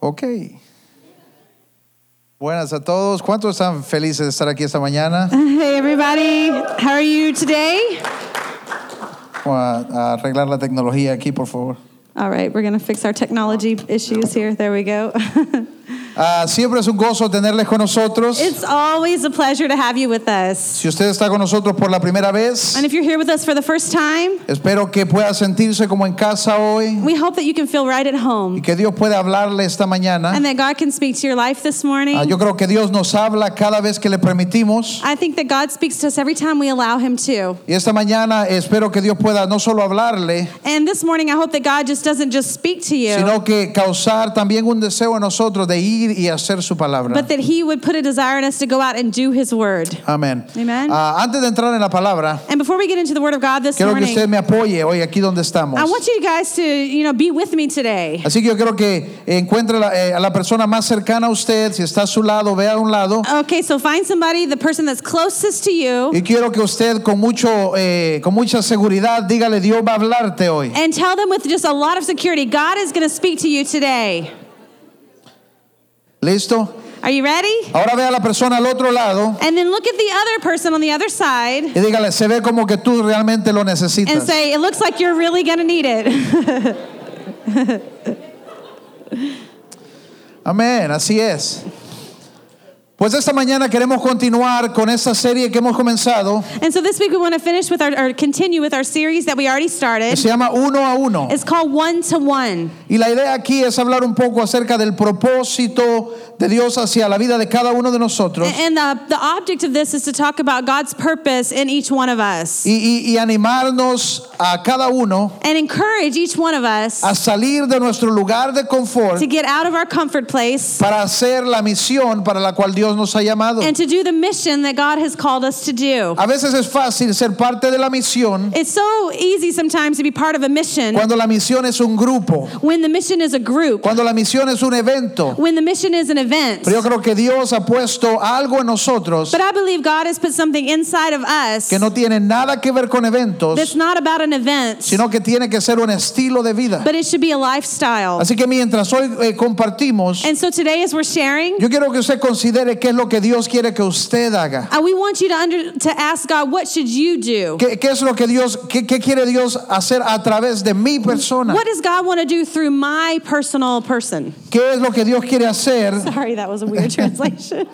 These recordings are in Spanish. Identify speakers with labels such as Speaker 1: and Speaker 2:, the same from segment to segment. Speaker 1: Ok. Buenas a todos. ¿Cuántos están felices de estar aquí esta mañana?
Speaker 2: Hey everybody, how are you today?
Speaker 1: Vamos a, a arreglar la tecnología aquí, por favor.
Speaker 2: All right, we're going to fix our technology issues here. There we go.
Speaker 1: Ah, siempre es un gozo tenerles con nosotros.
Speaker 2: it's always a pleasure to have you with us.
Speaker 1: Si usted está con nosotros por la primera vez,
Speaker 2: And if you're here with us for the first time,
Speaker 1: espero que pueda sentirse como en casa hoy
Speaker 2: we hope that you can feel right at
Speaker 1: y
Speaker 2: home
Speaker 1: que Dios pueda hablarle esta mañana.
Speaker 2: and that God can speak to your life this
Speaker 1: Ah,
Speaker 2: morning.
Speaker 1: yo creo que Dios nos habla cada vez que le permitimos.
Speaker 2: I think that God speaks to us every time we allow Him to.
Speaker 1: Y esta mañana espero que Dios pueda no solo hablarle,
Speaker 2: And this morning, I hope that God just doesn't just speak to you,
Speaker 1: sino que causar también un deseo en nosotros de ir y hacer su palabra.
Speaker 2: but that He would put a desire in us to go out and do His word.
Speaker 1: Amén.
Speaker 2: Amen.
Speaker 1: Ah, antes de entrar en la palabra,
Speaker 2: And before we get into the Word of God this
Speaker 1: quiero que
Speaker 2: morning,
Speaker 1: usted me apoye hoy aquí donde estamos.
Speaker 2: I want you guys to, you know, be with me today.
Speaker 1: Así que yo creo que encuentre la- eh, a la persona más cercana a usted, si está a su lado, vea a un lado.
Speaker 2: Okay, so find somebody, the person that's closest to you,
Speaker 1: Y quiero que usted con, mucho, eh, con mucha seguridad dígale, Dios va a hablarte hoy.
Speaker 2: and tell them with just a lot of security, God is going to speak to you today.
Speaker 1: ¿Listo?
Speaker 2: Are you ready?
Speaker 1: Ahora vea a la persona al otro lado
Speaker 2: And then look at the other person on the other side
Speaker 1: y dígale, se ve como que tú realmente lo
Speaker 2: and
Speaker 1: necesitas.
Speaker 2: say, It looks like you're really going to need it.
Speaker 1: Amén, así es. Pues esta mañana queremos continuar con esta serie que hemos comenzado,
Speaker 2: And so this week we want to finish with our, or continue with our series that we already
Speaker 1: que
Speaker 2: started.
Speaker 1: se llama Uno a Uno.
Speaker 2: It's called One to One.
Speaker 1: Y la idea aquí es hablar un poco acerca del propósito de Dios hacia la vida de cada uno de nosotros
Speaker 2: And the, the object of this is to talk about God's purpose in each one of us
Speaker 1: y, y- y animarnos a cada uno
Speaker 2: and encourage each one of us
Speaker 1: a salir de nuestro lugar de confort
Speaker 2: to get out of our comfort place
Speaker 1: para hacer la misión para la cual Dios nos ha llamado.
Speaker 2: and to do the mission that God has called us to do.
Speaker 1: A veces es fácil ser parte de la misión
Speaker 2: It's so easy sometimes to be part of a mission
Speaker 1: cuando la misión es un grupo,
Speaker 2: when the mission is a group,
Speaker 1: cuando la misión es un evento.
Speaker 2: when the mission is an event.
Speaker 1: Pero yo creo que Dios ha puesto algo en nosotros
Speaker 2: But I believe God has put something inside of us
Speaker 1: que no tiene nada que ver con
Speaker 2: that's
Speaker 1: eventos,
Speaker 2: not about an event,
Speaker 1: sino que tiene que ser un estilo de vida.
Speaker 2: but it should be a lifestyle.
Speaker 1: Así que mientras hoy eh, compartimos,
Speaker 2: And so today, as we're sharing,
Speaker 1: yo quiero que usted considere qué es lo que Dios quiere que usted haga.
Speaker 2: uh, we want you to under, to ask God, what should you do?
Speaker 1: ¿Qué, qué es lo que Dios, qué, qué quiere Dios hacer a través de mi persona?
Speaker 2: What does God want to do through my personal person?
Speaker 1: ¿Qué es lo que Dios quiere hacer?
Speaker 2: Sorry, that was a weird translation.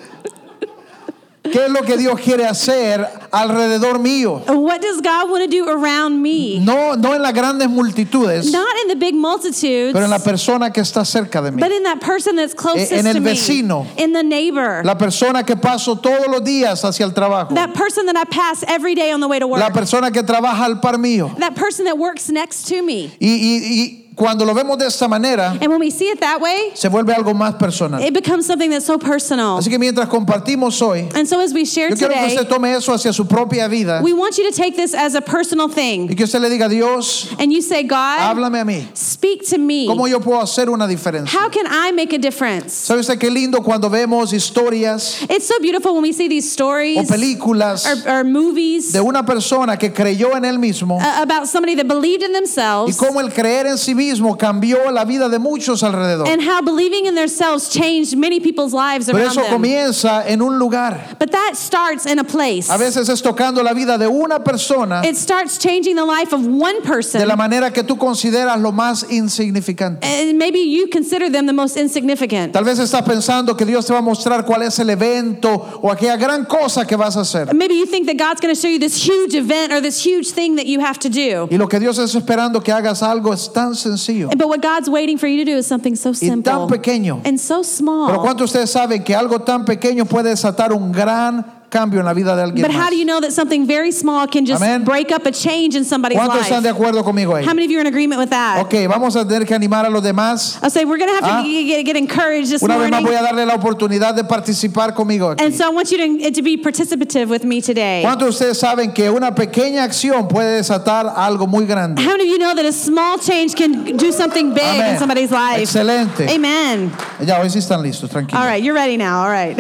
Speaker 1: ¿Qué es lo que Dios quiere hacer alrededor mío?
Speaker 2: Uh, What does God want to do around me?
Speaker 1: No, no en las grandes multitudes,
Speaker 2: Not in the big multitudes,
Speaker 1: Mm. pero en la persona que está cerca de mí.
Speaker 2: But in that person that's closest
Speaker 1: en el
Speaker 2: to me,
Speaker 1: vecino.
Speaker 2: in the neighbor,
Speaker 1: La persona que paso todos los días hacia el trabajo.
Speaker 2: that person that I pass every day on the way to work,
Speaker 1: La persona que trabaja al par mío.
Speaker 2: that person that works next to me.
Speaker 1: Y, y- y cuando lo vemos de esta manera,
Speaker 2: And when we see it that way,
Speaker 1: se vuelve algo más personal.
Speaker 2: it becomes something that's so personal.
Speaker 1: Así que mientras compartimos hoy,
Speaker 2: and so as we share
Speaker 1: yo quiero que
Speaker 2: today,
Speaker 1: usted tome eso hacia su propia vida
Speaker 2: we want you to take this as a personal
Speaker 1: y
Speaker 2: thing.
Speaker 1: que usted le diga, Dios,
Speaker 2: And you say, God,
Speaker 1: háblame a mí.
Speaker 2: speak to me.
Speaker 1: ¿Cómo yo puedo hacer una diferencia?
Speaker 2: How can I make a difference?
Speaker 1: ¿Sabe usted qué lindo cuando vemos historias
Speaker 2: It's so beautiful when we see these
Speaker 1: o
Speaker 2: stories
Speaker 1: películas
Speaker 2: or, or movies
Speaker 1: de una persona que creyó en él mismo
Speaker 2: uh, about somebody that believed in
Speaker 1: y
Speaker 2: themselves
Speaker 1: cómo el creer en sí mismo cambió la vida de muchos alrededor.
Speaker 2: and how believing in themselves changed many people's lives
Speaker 1: Pero
Speaker 2: around
Speaker 1: eso
Speaker 2: them.
Speaker 1: comienza en un lugar.
Speaker 2: But that starts in a place.
Speaker 1: A veces es tocando la vida de una persona
Speaker 2: It starts changing the life of one
Speaker 1: Uh, de
Speaker 2: person.
Speaker 1: la manera que tú consideras lo más insignificante.
Speaker 2: and maybe you consider them the most insignificant.
Speaker 1: Tal vez estás pensando que Dios te va a mostrar cuál es el evento o aquella gran cosa que vas a hacer.
Speaker 2: Maybe you think that God's going to show you this huge event or this huge thing that you have to do.
Speaker 1: Y lo que Dios es esperando que hagas algo es tan sencillo
Speaker 2: But what God's waiting for you to do is something so
Speaker 1: y tan
Speaker 2: simple
Speaker 1: pequeño.
Speaker 2: and so
Speaker 1: Pero
Speaker 2: small.
Speaker 1: ¿cuántos de ustedes saben que algo tan pequeño puede desatar un gran cambio en la vida de alguien
Speaker 2: But
Speaker 1: más?
Speaker 2: how do you know that something very small can just
Speaker 1: Amén.
Speaker 2: break up a change in somebody's
Speaker 1: ¿Cuántos
Speaker 2: life?
Speaker 1: están de acuerdo conmigo ahí?
Speaker 2: How many of you are in agreement with that?
Speaker 1: Ok, vamos a tener que animar a los demás.
Speaker 2: I'll say we're going to have
Speaker 1: Ah.
Speaker 2: to g- get, get encouraged this
Speaker 1: Una vez más
Speaker 2: morning.
Speaker 1: voy a darle la oportunidad de participar conmigo aquí.
Speaker 2: And so I want you to, to be participative with me today.
Speaker 1: ¿Cuántos de ustedes saben que una pequeña acción puede desatar algo muy grande?
Speaker 2: How many of you know that a small change can do something big
Speaker 1: Amén.
Speaker 2: in somebody's life?
Speaker 1: Excelente.
Speaker 2: Amen.
Speaker 1: Ya, hoy sí están listos, tranquilos.
Speaker 2: All right, you're ready now. All right.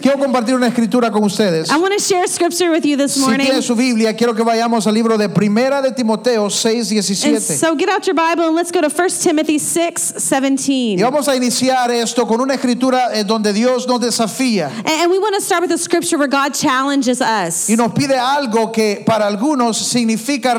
Speaker 1: Quiero compartir una escritura con ustedes.
Speaker 2: I want to share scripture with you this
Speaker 1: Si
Speaker 2: morning.
Speaker 1: tiene su Biblia, quiero que vayamos al libro de Primera de Timoteo 6,
Speaker 2: And
Speaker 1: 17.
Speaker 2: so get out your Bible and let's go to 1 Timothy 6 17.
Speaker 1: Y vamos a iniciar esto con una escritura eh, donde Dios nos desafía
Speaker 2: And- And we want to start with a scripture where God challenges us.
Speaker 1: y nos pide algo que para algunos significa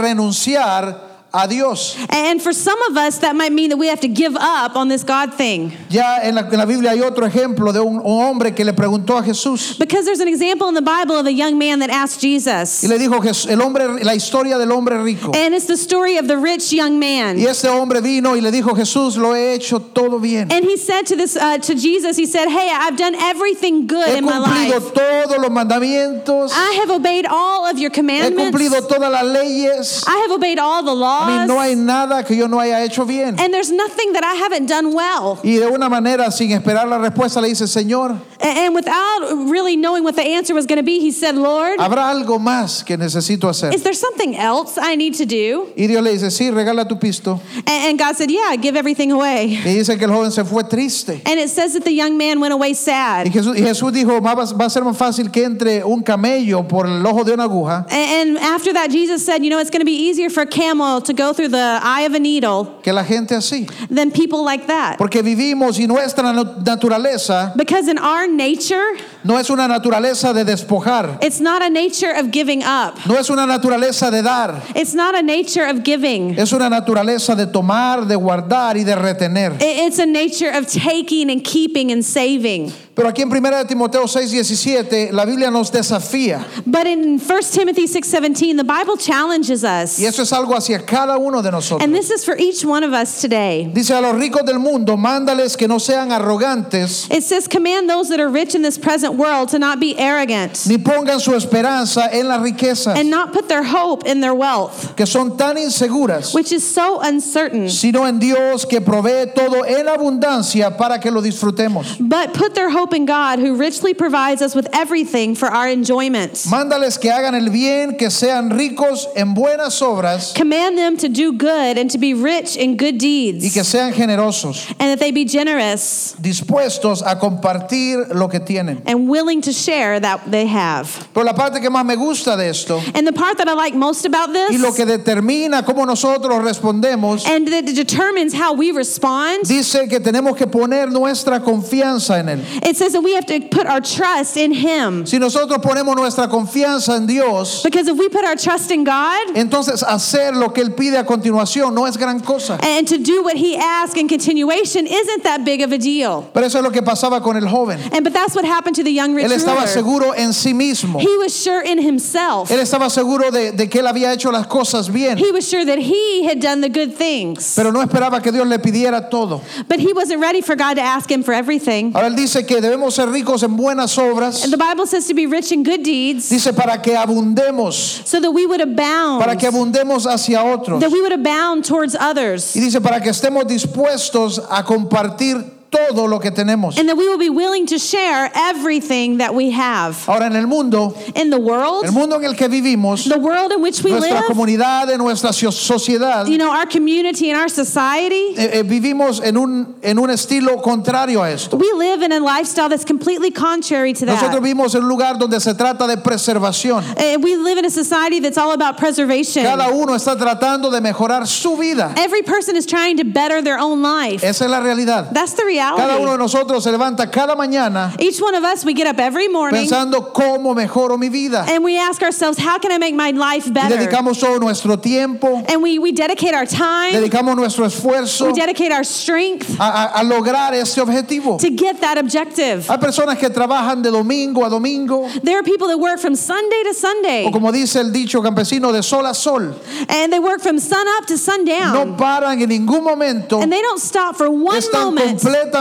Speaker 1: renunciar a Dios.
Speaker 2: and for some of us, that might mean that we have to give up on this God thing.
Speaker 1: Ya en la, en la Biblia hay otro ejemplo de un, un hombre que le preguntó a Jesús
Speaker 2: Because there's an example in the Bible of a young man that asked Jesus.
Speaker 1: y le dijo Jes- el hombre la historia del hombre rico.
Speaker 2: And it's the story of the rich young man.
Speaker 1: Y este hombre vino y le dijo Jesús lo he hecho todo bien.
Speaker 2: And he said to this uh, to Jesus, he said, "Hey, I've done everything good
Speaker 1: He
Speaker 2: in my
Speaker 1: cumplido
Speaker 2: life.
Speaker 1: todos los mandamientos.
Speaker 2: I have obeyed all of your
Speaker 1: He
Speaker 2: commandments.
Speaker 1: cumplido todas las leyes.
Speaker 2: I have obeyed all the
Speaker 1: A mí
Speaker 2: laws.
Speaker 1: no hay nada que yo no haya hecho bien.
Speaker 2: and there's nothing that I haven't done well."
Speaker 1: Y de una manera, sin esperar la respuesta, le dice, Señor,
Speaker 2: A- And without really knowing what the answer was going to be, he said, Lord,
Speaker 1: ¿habrá algo más que necesito hacer?
Speaker 2: is there something else I need to do?
Speaker 1: Y Dios le dice, sí, regala tu pisto.
Speaker 2: A- And God said, Yeah, give everything away.
Speaker 1: Y dice que el joven se fue triste.
Speaker 2: And it says that the young man went away
Speaker 1: Y
Speaker 2: sad.
Speaker 1: Jesús, y Jesús dijo, va, va- va a ser más fácil que entre un camello por el ojo de una aguja
Speaker 2: A- And after that, Jesus said, You know, it's going to be easier for a camel to go through the eye of a needle
Speaker 1: que la gente así.
Speaker 2: than people like that.
Speaker 1: Porque vivimos y nuestra nat- naturaleza
Speaker 2: Because in our nature,
Speaker 1: no es una naturaleza de despojar,
Speaker 2: it's not a nature of giving up,
Speaker 1: no es una naturaleza de dar,
Speaker 2: it's not a nature of giving.
Speaker 1: es una naturaleza de tomar, de guardar y de retener.
Speaker 2: I- It's a nature of taking and keeping and saving.
Speaker 1: Pero aquí en 1 Timoteo 6, 17, la Biblia nos desafía.
Speaker 2: But in 1 Timothy 6:17, the Bible challenges us.
Speaker 1: Y eso es algo hacia cada uno de nosotros.
Speaker 2: And this is for each one of us today.
Speaker 1: Dice a los ricos del mundo, mándales que no sean arrogantes,
Speaker 2: It says, Command those that are rich in this present world to not be arrogant
Speaker 1: ni pongan su esperanza en las riquezas,
Speaker 2: and not put their hope in their wealth,
Speaker 1: que son tan inseguras,
Speaker 2: which is so uncertain,
Speaker 1: sino en Dios que provee todo en abundancia para que lo disfrutemos.
Speaker 2: but put their hope in God, who richly provides us with everything for our enjoyment.
Speaker 1: Mándales que hagan el bien, que sean ricos en buenas obras
Speaker 2: Command them to do good and to be rich in good
Speaker 1: y
Speaker 2: deeds,
Speaker 1: que sean generosos,
Speaker 2: and that they be generous
Speaker 1: dispuestos a compartir lo que tienen.
Speaker 2: and willing to share that they have.
Speaker 1: Pero la parte que más me gusta de esto
Speaker 2: And the part that I like most about
Speaker 1: y lo
Speaker 2: this
Speaker 1: que determina cómo nosotros respondemos
Speaker 2: and that determines how we respond
Speaker 1: dice que tenemos que poner nuestra confianza en Él.
Speaker 2: It says that we have to put our trust in Him.
Speaker 1: Si nosotros ponemos nuestra confianza en Dios,
Speaker 2: Because if we put our trust in God
Speaker 1: entonces hacer lo que Él pide a continuación no es gran cosa.
Speaker 2: and to do what He asks in continuation isn't that big of a deal.
Speaker 1: Pero eso es lo que pasaba con el joven.
Speaker 2: And but that's what happened to the young rich
Speaker 1: Él estaba
Speaker 2: ruler.
Speaker 1: seguro en sí mismo.
Speaker 2: He was sure in himself.
Speaker 1: Él estaba seguro de, de que él había hecho las cosas bien,
Speaker 2: He was sure that he had done the good things.
Speaker 1: pero no esperaba que Dios le pidiera todo.
Speaker 2: But he wasn't ready for God to ask him for everything.
Speaker 1: Ahora él dice que debemos ser ricos en buenas obras.
Speaker 2: And the Bible says to be rich in good deeds
Speaker 1: Dice para que abundemos,
Speaker 2: so that we would abound.
Speaker 1: para que
Speaker 2: That
Speaker 1: abundemos hacia otros.
Speaker 2: we would abound towards others.
Speaker 1: Y dice para que estemos dispuestos a compartir todo lo que tenemos.
Speaker 2: And that we will be willing to share everything that we have.
Speaker 1: Ahora en el mundo,
Speaker 2: In the world,
Speaker 1: el mundo en el que vivimos,
Speaker 2: the world in which we
Speaker 1: nuestra
Speaker 2: live,
Speaker 1: comunidad, en nuestra so- sociedad,
Speaker 2: you know, our community and our society,
Speaker 1: eh, eh, vivimos en un, en un estilo contrario a esto.
Speaker 2: we live in a lifestyle that's completely contrary to
Speaker 1: Nosotros
Speaker 2: that.
Speaker 1: vivimos en un lugar donde se trata de preservación.
Speaker 2: Eh, We live in a society that's all about preservation.
Speaker 1: Cada uno está tratando de mejorar su vida.
Speaker 2: Every person is trying to better their own life.
Speaker 1: Esa es la realidad.
Speaker 2: That's the
Speaker 1: Eh, Cada uno de
Speaker 2: reality.
Speaker 1: nosotros se levanta cada mañana
Speaker 2: Each one of us, we get up every morning
Speaker 1: pensando cómo mejoro mi vida.
Speaker 2: and we ask ourselves, how can I make my life
Speaker 1: Y
Speaker 2: better?
Speaker 1: dedicamos todo nuestro tiempo,
Speaker 2: And we, we dedicate our time,
Speaker 1: dedicamos nuestro esfuerzo
Speaker 2: we dedicate our strength
Speaker 1: a, a- a lograr ese objetivo.
Speaker 2: to get that objective.
Speaker 1: Hay personas que trabajan de domingo a domingo,
Speaker 2: There are people that work from Sunday to Sunday
Speaker 1: o como dice el dicho campesino, de sol a sol.
Speaker 2: and they work from sun up to sundown.
Speaker 1: No paran en ningún momento.
Speaker 2: And they don't stop for one
Speaker 1: Están
Speaker 2: moment.
Speaker 1: completamente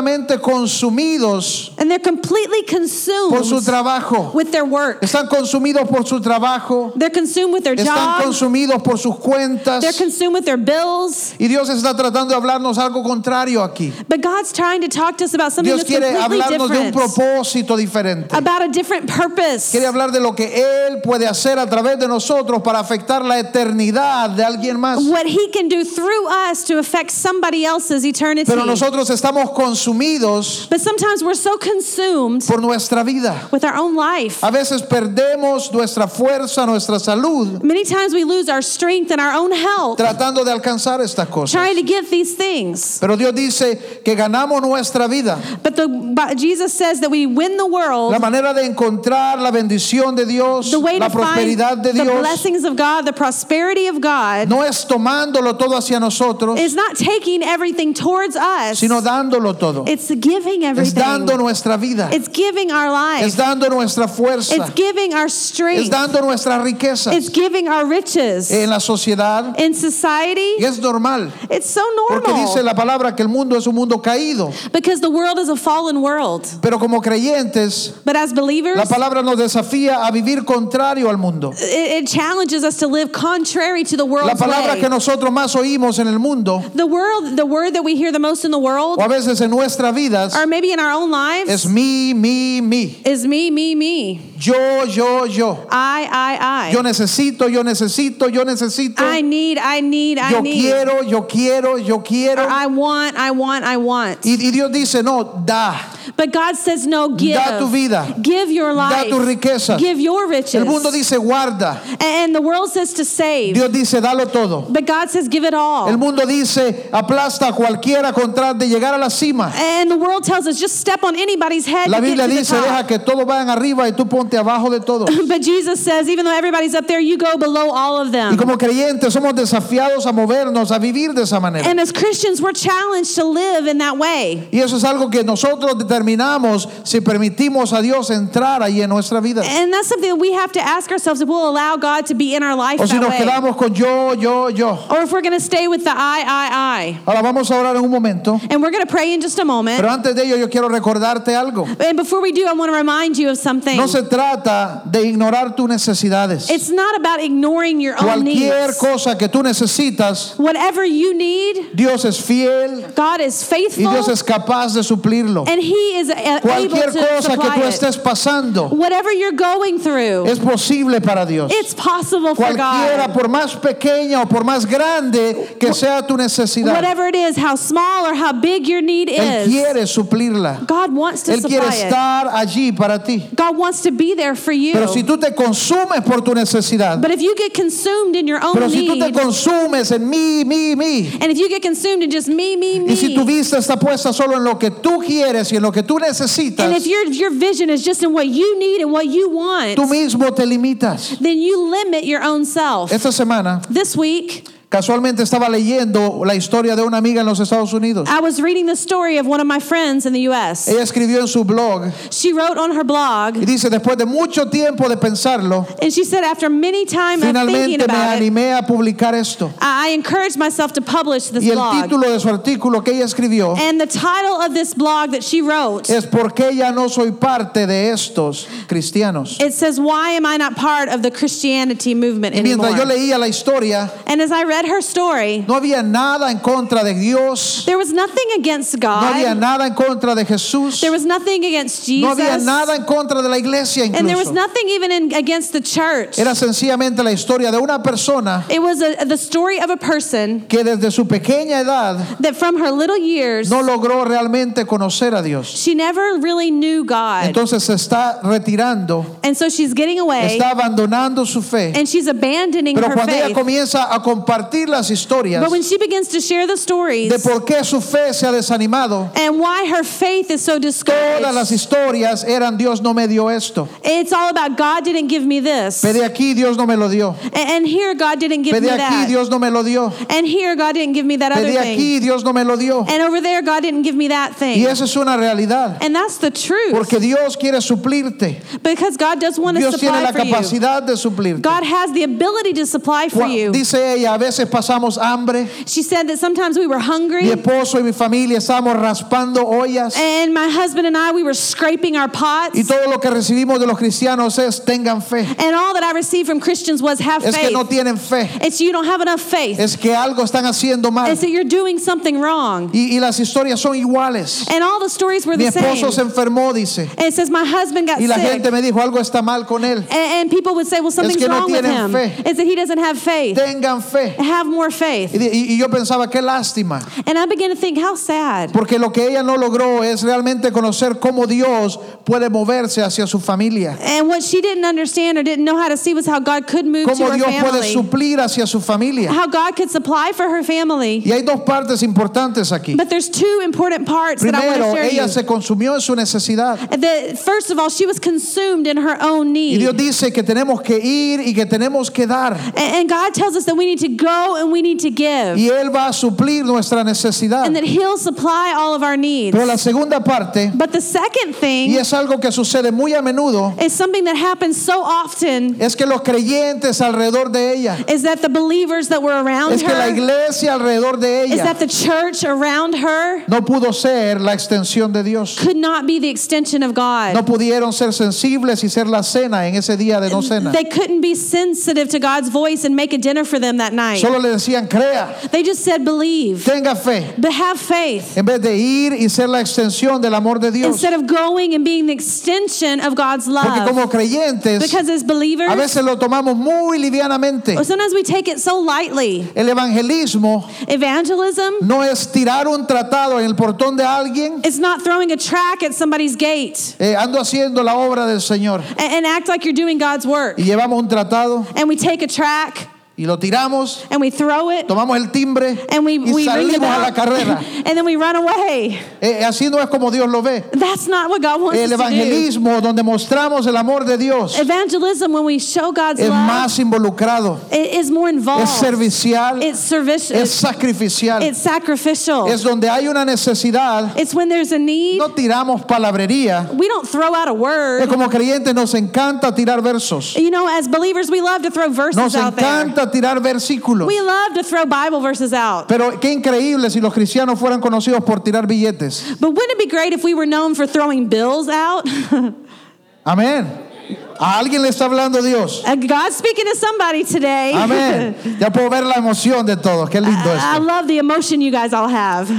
Speaker 1: consumidos
Speaker 2: And they're completely
Speaker 1: por su
Speaker 2: consumed
Speaker 1: trabajo.
Speaker 2: with their work.
Speaker 1: Están consumidos por su trabajo.
Speaker 2: They're consumed with their
Speaker 1: Están
Speaker 2: job.
Speaker 1: consumidos por sus cuentas.
Speaker 2: They're consumed with their bills.
Speaker 1: Y Dios está tratando de hablarnos algo contrario aquí.
Speaker 2: But God's trying to talk to us about something
Speaker 1: Dios
Speaker 2: that's
Speaker 1: quiere
Speaker 2: completely
Speaker 1: hablarnos de un
Speaker 2: different.
Speaker 1: propósito diferente.
Speaker 2: About a different purpose.
Speaker 1: Quiere hablar de lo que Él puede hacer a través de nosotros para afectar la eternidad de alguien más.
Speaker 2: What He can do through us to affect somebody else's eternity.
Speaker 1: Pero nosotros estamos consumidos
Speaker 2: But sometimes we're so consumed
Speaker 1: por Ah. nuestra vida.
Speaker 2: with our own life.
Speaker 1: A veces perdemos nuestra fuerza, nuestra salud,
Speaker 2: Many times we lose our strength and our own health
Speaker 1: tratando de alcanzar estas cosas.
Speaker 2: trying to get these things.
Speaker 1: Pero Dios dice que ganamos nuestra vida.
Speaker 2: But the but Jesus says that we win the world.
Speaker 1: La manera de encontrar la bendición de Dios,
Speaker 2: The way
Speaker 1: la
Speaker 2: to find
Speaker 1: prosperidad de
Speaker 2: the
Speaker 1: Dios,
Speaker 2: blessings of God, the prosperity of God,
Speaker 1: no es tomándolo todo hacia nosotros,
Speaker 2: is not taking everything towards us.
Speaker 1: sino dándolo todo.
Speaker 2: It's giving
Speaker 1: Es dando
Speaker 2: everything.
Speaker 1: nuestra vida,
Speaker 2: It's giving our
Speaker 1: es
Speaker 2: life.
Speaker 1: dando nuestra fuerza,
Speaker 2: It's giving our
Speaker 1: es
Speaker 2: strength.
Speaker 1: dando nuestra riqueza
Speaker 2: It's giving our riches.
Speaker 1: en la sociedad.
Speaker 2: In society,
Speaker 1: Y es normal,
Speaker 2: it's so
Speaker 1: porque dice
Speaker 2: normal
Speaker 1: la palabra que el mundo es un mundo caído.
Speaker 2: because the world is a fallen world.
Speaker 1: Pero como creyentes,
Speaker 2: But as believers,
Speaker 1: la palabra nos desafía a vivir contrario al mundo.
Speaker 2: it, it challenges us to live contrary to the
Speaker 1: La
Speaker 2: world's
Speaker 1: palabra
Speaker 2: way.
Speaker 1: que nosotros más oímos en el mundo,
Speaker 2: The world, the word that we hear the most in the world,
Speaker 1: o a veces en nuestras vidas,
Speaker 2: or maybe in our own
Speaker 1: es
Speaker 2: lives,
Speaker 1: mi, mi, mi.
Speaker 2: is me, me, me,
Speaker 1: Yo, yo, yo.
Speaker 2: I, I,
Speaker 1: Yo
Speaker 2: I.
Speaker 1: necesito, yo necesito, yo necesito.
Speaker 2: I need, I need, I
Speaker 1: Yo
Speaker 2: need. Or
Speaker 1: quiero, yo quiero, yo quiero.
Speaker 2: I want, I want, I want.
Speaker 1: Y, y Dios dice, no, da.
Speaker 2: But God says, no, give.
Speaker 1: Da tu vida.
Speaker 2: Give your life.
Speaker 1: tus riquezas.
Speaker 2: Give your riches.
Speaker 1: El mundo dice, guarda.
Speaker 2: A- and the world says to save.
Speaker 1: Dios dice, dalo todo.
Speaker 2: But God says, give it all.
Speaker 1: El mundo dice, aplasta a cualquiera con tal de llegar a la cima.
Speaker 2: and the world tells us, just step on anybody's head
Speaker 1: La
Speaker 2: to
Speaker 1: Biblia
Speaker 2: get to
Speaker 1: dice,
Speaker 2: the
Speaker 1: deja
Speaker 2: top.
Speaker 1: que todos vayan arriba y tú ponte abajo de todo.
Speaker 2: But Jesus says, even though everybody's up there, you go below all of
Speaker 1: Y
Speaker 2: them.
Speaker 1: como creyentes somos desafiados a movernos, a vivir de esa manera.
Speaker 2: And as Christians, we're challenged to live in that way.
Speaker 1: Y eso es algo que nosotros determinamos si permitimos a Dios entrar ahí en nuestra vida.
Speaker 2: And that's something that we have to ask ourselves if we'll allow God to be in our life
Speaker 1: O si
Speaker 2: that
Speaker 1: nos
Speaker 2: way.
Speaker 1: quedamos con yo, yo, yo.
Speaker 2: Or if we're going to stay with the I, I, I.
Speaker 1: Ahora vamos a orar en un momento.
Speaker 2: And we're going to pray in just a moment.
Speaker 1: Pero antes de ello yo quiero recordarte algo.
Speaker 2: And before we do, I want to remind you of something.
Speaker 1: No se trata de ignorar tus necesidades.
Speaker 2: It's not about ignoring your own
Speaker 1: Cualquier
Speaker 2: needs.
Speaker 1: cosa que tú necesitas,
Speaker 2: Whatever you need,
Speaker 1: Dios es fiel
Speaker 2: God is
Speaker 1: y
Speaker 2: faithful.
Speaker 1: Dios es capaz de suplirlo.
Speaker 2: and He is a- able
Speaker 1: Cualquier
Speaker 2: to
Speaker 1: cosa que tú
Speaker 2: supply it.
Speaker 1: estés pasando
Speaker 2: Whatever you're going through,
Speaker 1: es posible para Dios.
Speaker 2: it's possible for God.
Speaker 1: Cualquiera, por más pequeña o por más grande que sea tu necesidad,
Speaker 2: whatever it is, how small or how big your need
Speaker 1: Él
Speaker 2: is,
Speaker 1: quiere suplirla.
Speaker 2: God wants to
Speaker 1: Él quiere
Speaker 2: supply it.
Speaker 1: estar allí para ti.
Speaker 2: God wants to be there for you.
Speaker 1: Pero si tú te consumes por tu necesidad,
Speaker 2: but if you get consumed in your own
Speaker 1: pero si tú te
Speaker 2: need,
Speaker 1: consumes en mí, mí, mí,
Speaker 2: and if you get consumed in just me, me, me,
Speaker 1: y si tu vista está puesta solo en lo que tú quieres y en lo que tú necesitas,
Speaker 2: and if your your vision is just in what you need and what you want,
Speaker 1: tú mismo te limitas.
Speaker 2: then you limit your own self.
Speaker 1: Esta semana,
Speaker 2: This week,
Speaker 1: casualmente estaba leyendo la historia de una amiga en los Estados Unidos.
Speaker 2: I was reading the story of one of my friends in the U.S.
Speaker 1: Ella escribió en su blog
Speaker 2: She wrote on her
Speaker 1: y
Speaker 2: blog,
Speaker 1: dice, después de mucho tiempo de pensarlo,
Speaker 2: and she said, after many time of thinking
Speaker 1: Finalmente me
Speaker 2: about it,
Speaker 1: animé a publicar esto.
Speaker 2: I I encouraged myself to publish this
Speaker 1: Y el
Speaker 2: blog.
Speaker 1: título de su artículo que ella escribió
Speaker 2: And the title of this blog that she wrote,
Speaker 1: es ¿Por qué ya no soy parte de estos cristianos?
Speaker 2: it says, Why am I not part of the Christianity movement
Speaker 1: Y mientras yo
Speaker 2: anymore?
Speaker 1: leía la historia,
Speaker 2: And as I read her story,
Speaker 1: no había nada en contra de Dios,
Speaker 2: there was nothing against
Speaker 1: no había
Speaker 2: God,
Speaker 1: nada en contra de Jesús,
Speaker 2: there was nothing against
Speaker 1: no había
Speaker 2: Jesus,
Speaker 1: nada en contra de la iglesia
Speaker 2: and there was
Speaker 1: incluso.
Speaker 2: nothing even in, against the church.
Speaker 1: Era sencillamente la historia de una persona
Speaker 2: It was a, the story of a person
Speaker 1: que desde su pequeña edad
Speaker 2: that from her little years,
Speaker 1: no logró realmente conocer a Dios.
Speaker 2: she never really knew God.
Speaker 1: Entonces se está retirando,
Speaker 2: And so she's getting away
Speaker 1: está abandonando su fe.
Speaker 2: and she's abandoning
Speaker 1: Pero
Speaker 2: her
Speaker 1: cuando ella
Speaker 2: faith.
Speaker 1: comienza a compartir las historias
Speaker 2: But when she begins to share the
Speaker 1: de
Speaker 2: stories
Speaker 1: por qué su fe se ha desanimado,
Speaker 2: and why her faith is so
Speaker 1: todas
Speaker 2: discouraged,
Speaker 1: las historias eran Dios no me dio esto.
Speaker 2: It's all about God didn't give me this.
Speaker 1: Pedí aquí, Dios no me lo dio.
Speaker 2: A- And here God didn't give me
Speaker 1: Pedí aquí,
Speaker 2: that.
Speaker 1: Dios no me lo dio.
Speaker 2: And here God didn't give me that other
Speaker 1: Pedí
Speaker 2: thing.
Speaker 1: aquí, Dios no me lo dio.
Speaker 2: And over there God didn't give me that
Speaker 1: Y
Speaker 2: thing.
Speaker 1: eso es una realidad.
Speaker 2: And that's the truth.
Speaker 1: Porque Dios quiere suplirte.
Speaker 2: Because God does want to
Speaker 1: Dios tiene
Speaker 2: supply
Speaker 1: la
Speaker 2: for you.
Speaker 1: capacidad de suplirte.
Speaker 2: God has the ability to supply for
Speaker 1: Cua-
Speaker 2: you.
Speaker 1: Dice ella, a veces pasamos hambre.
Speaker 2: She said that sometimes we were
Speaker 1: Mi
Speaker 2: hungry
Speaker 1: esposo y mi familia estamos raspando ollas.
Speaker 2: and my husband and I we were scraping our pots.
Speaker 1: Y todo lo que recibimos de los cristianos es tengan fe.
Speaker 2: And all that I received from Christians was have
Speaker 1: Es que no
Speaker 2: faith.
Speaker 1: tienen fe.
Speaker 2: It's you don't have enough faith.
Speaker 1: es que algo están haciendo mal
Speaker 2: It's that you're doing something wrong.
Speaker 1: y, y las historias son iguales.
Speaker 2: And all the stories were
Speaker 1: Mi
Speaker 2: the
Speaker 1: esposo
Speaker 2: same.
Speaker 1: se enfermó, dice,
Speaker 2: It says my husband got
Speaker 1: y la
Speaker 2: sick.
Speaker 1: gente me dijo algo está mal con él.
Speaker 2: And, and people would say, well, something's
Speaker 1: que no
Speaker 2: wrong with
Speaker 1: tienen
Speaker 2: him.
Speaker 1: fe.
Speaker 2: It's that he doesn't have faith.
Speaker 1: Tengan fe.
Speaker 2: have more
Speaker 1: Y,
Speaker 2: faith.
Speaker 1: di- y- y yo pensaba, qué lástima,
Speaker 2: And I began to think, how sad.
Speaker 1: porque lo que ella no logró es realmente conocer cómo Dios puede moverse hacia su familia,
Speaker 2: And what she didn't understand or didn't know how to see was how God could move to
Speaker 1: cómo
Speaker 2: her
Speaker 1: Dios puede
Speaker 2: family,
Speaker 1: suplir hacia su familia.
Speaker 2: how God could supply for her family.
Speaker 1: Y hay dos partes importantes aquí.
Speaker 2: But there's two important parts that I want
Speaker 1: Primero,
Speaker 2: to share.
Speaker 1: ella
Speaker 2: with
Speaker 1: se
Speaker 2: you.
Speaker 1: consumió en su necesidad.
Speaker 2: The, first of all, she was consumed in her own
Speaker 1: Y
Speaker 2: need.
Speaker 1: Dios dice que tenemos que ir y que tenemos que dar.
Speaker 2: And- And God tells us that we need to go and we need to give,
Speaker 1: Y Él va a suplir nuestra necesidad.
Speaker 2: and that He'll supply all of our needs.
Speaker 1: Pero la segunda parte,
Speaker 2: But the second
Speaker 1: y
Speaker 2: thing
Speaker 1: es algo que sucede muy a menudo,
Speaker 2: is something that happens so often
Speaker 1: es que los creyentes alrededor de ella,
Speaker 2: is that the believers that were around
Speaker 1: es que la
Speaker 2: her,
Speaker 1: iglesia alrededor de
Speaker 2: is
Speaker 1: ella,
Speaker 2: that the church around her
Speaker 1: no pudo ser la extensión de Dios.
Speaker 2: could not be the extension of God.
Speaker 1: No pudieron ser sensibles y ser la cena en ese día de no cena.
Speaker 2: They couldn't be sensitive to God's voice and make a dinner for them that night.
Speaker 1: Solo le decían, crea,
Speaker 2: They just said, believe,
Speaker 1: tenga fe,
Speaker 2: but have faith.
Speaker 1: en vez de ir y ser la extensión del amor de Dios.
Speaker 2: Instead of going and being the extension of God's
Speaker 1: Porque
Speaker 2: love.
Speaker 1: como creyentes,
Speaker 2: Because as
Speaker 1: a
Speaker 2: believers,
Speaker 1: veces lo tomamos muy livianamente.
Speaker 2: or sometimes we take it so lightly.
Speaker 1: El evangelismo
Speaker 2: Evangelism
Speaker 1: no es tirar un tratado en el portón de alguien,
Speaker 2: is not throwing a track at somebody's gate
Speaker 1: eh, ando haciendo la obra del Señor.
Speaker 2: and, and act like you're doing God's work.
Speaker 1: Y llevamos un tratado
Speaker 2: And we take a track
Speaker 1: y lo tiramos,
Speaker 2: and we throw it
Speaker 1: tomamos el timbre Eh,
Speaker 2: and we,
Speaker 1: y
Speaker 2: we ring the
Speaker 1: salimos a la
Speaker 2: bell,
Speaker 1: carrera.
Speaker 2: and then we run away.
Speaker 1: Eh, así no es como Dios lo ve.
Speaker 2: That's not what God wants
Speaker 1: El
Speaker 2: us to do.
Speaker 1: evangelismo, donde mostramos el amor de Dios,
Speaker 2: Evangelism, when we show God's
Speaker 1: es
Speaker 2: love,
Speaker 1: más involucrado,
Speaker 2: it is more involved.
Speaker 1: es servicial,
Speaker 2: it's service.
Speaker 1: es sacrificial.
Speaker 2: it's sacrificial.
Speaker 1: Es donde hay una necesidad,
Speaker 2: it's when there's a need.
Speaker 1: no tiramos palabrería.
Speaker 2: we don't throw out a
Speaker 1: Eh,
Speaker 2: word.
Speaker 1: Como creyentes nos encanta tirar versos.
Speaker 2: you know, as believers, we love to throw verses
Speaker 1: Nos
Speaker 2: out there.
Speaker 1: encanta tirar versículos.
Speaker 2: We love to throw Bible verses out.
Speaker 1: Pero qué increíble si los cristianos fueran conocidos por tirar billetes.
Speaker 2: But wouldn't it be great if we were known for throwing bills out?
Speaker 1: Amén. A alguien le está hablando Dios.
Speaker 2: Uh, God's speaking to somebody today.
Speaker 1: Amén. Ya puedo ver la emoción de todos. Qué lindo
Speaker 2: I
Speaker 1: esto.
Speaker 2: love the emotion you guys all have.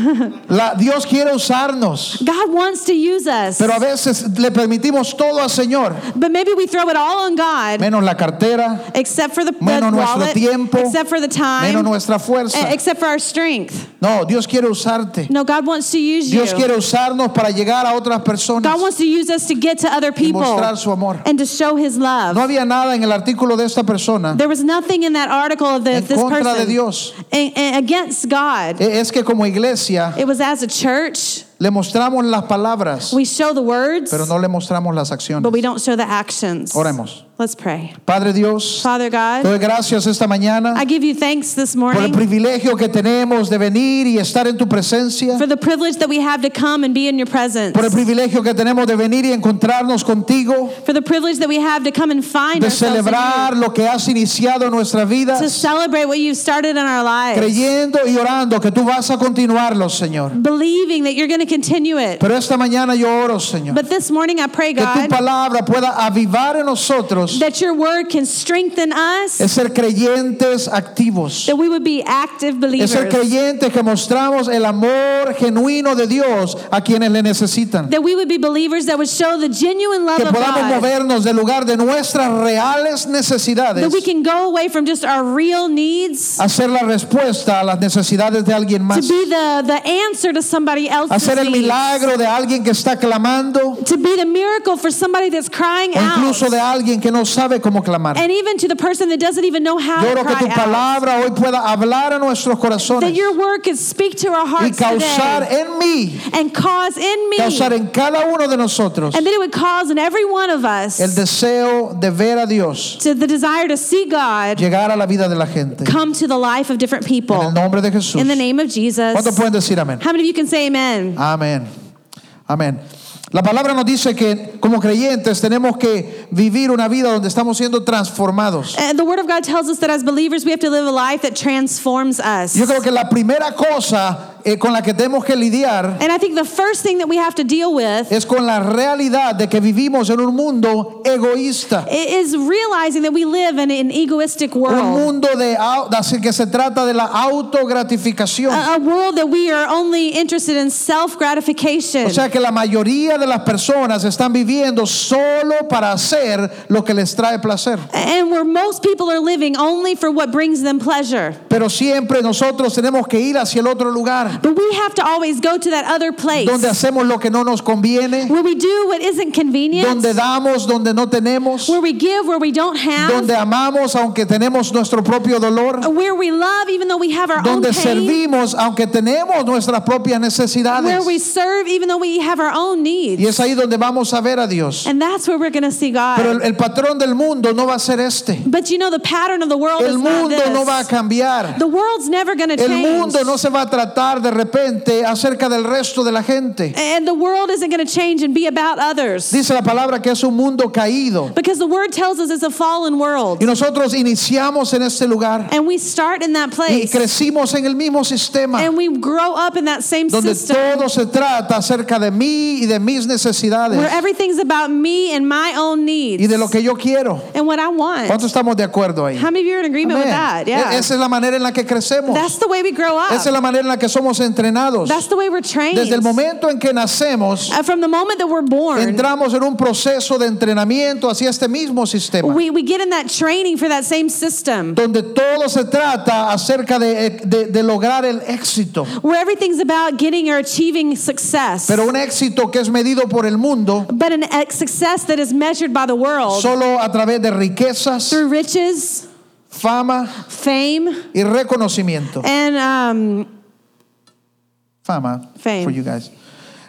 Speaker 1: La- Dios quiere usarnos.
Speaker 2: God wants to use us,
Speaker 1: Pero a veces le permitimos todo al Señor.
Speaker 2: but maybe we throw it all on God,
Speaker 1: Menos la cartera,
Speaker 2: except for the,
Speaker 1: menos
Speaker 2: the
Speaker 1: nuestro
Speaker 2: wallet,
Speaker 1: tiempo,
Speaker 2: except for the time,
Speaker 1: menos nuestra fuerza.
Speaker 2: e- except for our strength.
Speaker 1: No, Dios quiere usarte.
Speaker 2: No, God wants to use
Speaker 1: Dios
Speaker 2: you.
Speaker 1: quiere usarnos para llegar a otras personas
Speaker 2: God wants to use us to get to other
Speaker 1: y
Speaker 2: people Eh,
Speaker 1: mostrar su amor.
Speaker 2: and to show His love.
Speaker 1: No había nada en el artículo de esta persona
Speaker 2: there was nothing in that article of the,
Speaker 1: en
Speaker 2: this
Speaker 1: contra de
Speaker 2: person
Speaker 1: Dios.
Speaker 2: and- and against God.
Speaker 1: E- Es que como iglesia
Speaker 2: it was as a church.
Speaker 1: le mostramos las palabras,
Speaker 2: We show the words,
Speaker 1: pero no le mostramos las acciones.
Speaker 2: but we don't show the actions.
Speaker 1: Oremos.
Speaker 2: Let's pray.
Speaker 1: Padre Dios,
Speaker 2: Father
Speaker 1: te
Speaker 2: God,
Speaker 1: doy gracias esta mañana
Speaker 2: I give you thanks this
Speaker 1: por el
Speaker 2: morning
Speaker 1: privilegio que tenemos de venir y estar en tu presencia,
Speaker 2: for the privilege that we have to come and be in your presence,
Speaker 1: por el privilegio que tenemos de venir y encontrarnos contigo,
Speaker 2: for the privilege that we have to come and find
Speaker 1: de
Speaker 2: ourselves in
Speaker 1: celebrar
Speaker 2: you,
Speaker 1: lo que has iniciado en nuestra vida,
Speaker 2: to celebrate what you've started in our lives,
Speaker 1: creyendo y orando que tú vas a continuarlo, Señor.
Speaker 2: believing that you're going to continue it.
Speaker 1: Pero esta mañana yo oro, Señor.
Speaker 2: But this morning, I pray,
Speaker 1: que tu
Speaker 2: God,
Speaker 1: palabra pueda avivar en nosotros
Speaker 2: that your word can strengthen
Speaker 1: es
Speaker 2: us,
Speaker 1: ser creyentes activos.
Speaker 2: that we would be active
Speaker 1: Es ser
Speaker 2: believers,
Speaker 1: creyentes que mostramos el amor genuino de Dios a quienes le necesitan.
Speaker 2: that we would be believers that would show the genuine love
Speaker 1: Que
Speaker 2: of
Speaker 1: podamos
Speaker 2: God.
Speaker 1: movernos del lugar de nuestras reales necesidades
Speaker 2: that we can go away from just our real needs
Speaker 1: a ser la respuesta a las necesidades de alguien
Speaker 2: to
Speaker 1: más.
Speaker 2: be the, the answer to somebody else's
Speaker 1: Ah, Hacer el
Speaker 2: needs,
Speaker 1: milagro de alguien que está clamando
Speaker 2: to be the miracle for somebody that's crying
Speaker 1: o incluso
Speaker 2: out
Speaker 1: de alguien que no sabe cómo clamar.
Speaker 2: and even to the person that doesn't even know how
Speaker 1: Yo
Speaker 2: to
Speaker 1: oro que
Speaker 2: cry
Speaker 1: tu
Speaker 2: out
Speaker 1: palabra hoy pueda hablar a nuestros
Speaker 2: that
Speaker 1: corazones
Speaker 2: your word could speak to our
Speaker 1: y
Speaker 2: hearts
Speaker 1: causar
Speaker 2: today
Speaker 1: en mí
Speaker 2: and cause in me
Speaker 1: causar en cada uno de nosotros
Speaker 2: and that it would cause in every one of us
Speaker 1: el deseo de ver a Dios
Speaker 2: to the desire to see God
Speaker 1: llegar a la vida de la gente.
Speaker 2: come to the life of different
Speaker 1: En el
Speaker 2: people
Speaker 1: nombre de Jesús.
Speaker 2: in the name of Jesus
Speaker 1: ¿Cuántos pueden decir amén?
Speaker 2: how many of you can say amen
Speaker 1: Amén. Amén. La palabra nos dice que como creyentes tenemos que vivir una vida donde estamos siendo transformados.
Speaker 2: And Uh, the Word of God tells us that as believers, we have to live a life that transforms us.
Speaker 1: Yo creo que la primera cosa eh, con la que tenemos que lidiar
Speaker 2: And I think the first thing that we have to deal with
Speaker 1: es con la realidad de que vivimos en un mundo egoísta.
Speaker 2: i- is realizing that we live in an egoistic
Speaker 1: Un
Speaker 2: world.
Speaker 1: mundo de, au- así que se trata de la autogratificación.
Speaker 2: A, a world that we are only interested in self gratification.
Speaker 1: O sea que la mayoría de las personas están viviendo solo para hacer lo que les trae placer.
Speaker 2: and where most people are living only for what brings them pleasure.
Speaker 1: Pero siempre nosotros tenemos que ir hacia el otro lugar,
Speaker 2: But we have to always go to that other place
Speaker 1: donde hacemos lo que no nos conviene,
Speaker 2: where we do what isn't convenient,
Speaker 1: donde damos, donde no tenemos,
Speaker 2: where we give where we don't have,
Speaker 1: donde amamos aunque tenemos nuestro propio dolor,
Speaker 2: uh, where we love even though we have our own
Speaker 1: donde
Speaker 2: pain,
Speaker 1: servimos aunque tenemos nuestras propias
Speaker 2: where we
Speaker 1: necesidades.
Speaker 2: serve even though we have our own needs.
Speaker 1: Y es ahí donde vamos a ver a Dios.
Speaker 2: And that's where we're going to see God.
Speaker 1: Pero el, el patrón del mundo no va a ser este.
Speaker 2: but you know the pattern of the world
Speaker 1: El
Speaker 2: is not
Speaker 1: mundo
Speaker 2: this.
Speaker 1: no va a cambiar.
Speaker 2: the world's never going to
Speaker 1: El
Speaker 2: change.
Speaker 1: mundo no se va a tratar de repente acerca del resto de la gente.
Speaker 2: and the world isn't going to change and be about others.
Speaker 1: Dice la palabra que es un mundo caído.
Speaker 2: because the word tells us it's a fallen world.
Speaker 1: Y nosotros iniciamos en este lugar
Speaker 2: and we start in that
Speaker 1: y
Speaker 2: place.
Speaker 1: crecimos en el mismo sistema
Speaker 2: and we grow up in that same
Speaker 1: donde
Speaker 2: system
Speaker 1: todo se trata acerca de mí y de mis necesidades
Speaker 2: where everything's about me and my own needs
Speaker 1: y de lo que yo quiero.
Speaker 2: and what I want.
Speaker 1: ¿Cuántos estamos de acuerdo ahí?
Speaker 2: How many of you are in agreement with
Speaker 1: Amén.
Speaker 2: that? Yeah.
Speaker 1: E- Esa es la manera en la que crecemos.
Speaker 2: That's the way we grow up.
Speaker 1: Esa es la manera en la que somos entrenados.
Speaker 2: That's the way we're trained.
Speaker 1: Desde el momento en que nacemos,
Speaker 2: Uh, From the moment that we're born,
Speaker 1: entramos en un proceso de entrenamiento hacia este mismo sistema.
Speaker 2: we, we get in that training for that same system
Speaker 1: donde todo se trata acerca de, eh, de- de lograr el éxito,
Speaker 2: where everything's about getting or achieving success.
Speaker 1: pero un éxito que es medido por el mundo
Speaker 2: but an ex- success that is measured by the world
Speaker 1: solo a través de riquezas,
Speaker 2: through riches,
Speaker 1: fama
Speaker 2: fame,
Speaker 1: y reconocimiento.
Speaker 2: and um,
Speaker 1: Fama.
Speaker 2: Fame.
Speaker 1: For you guys.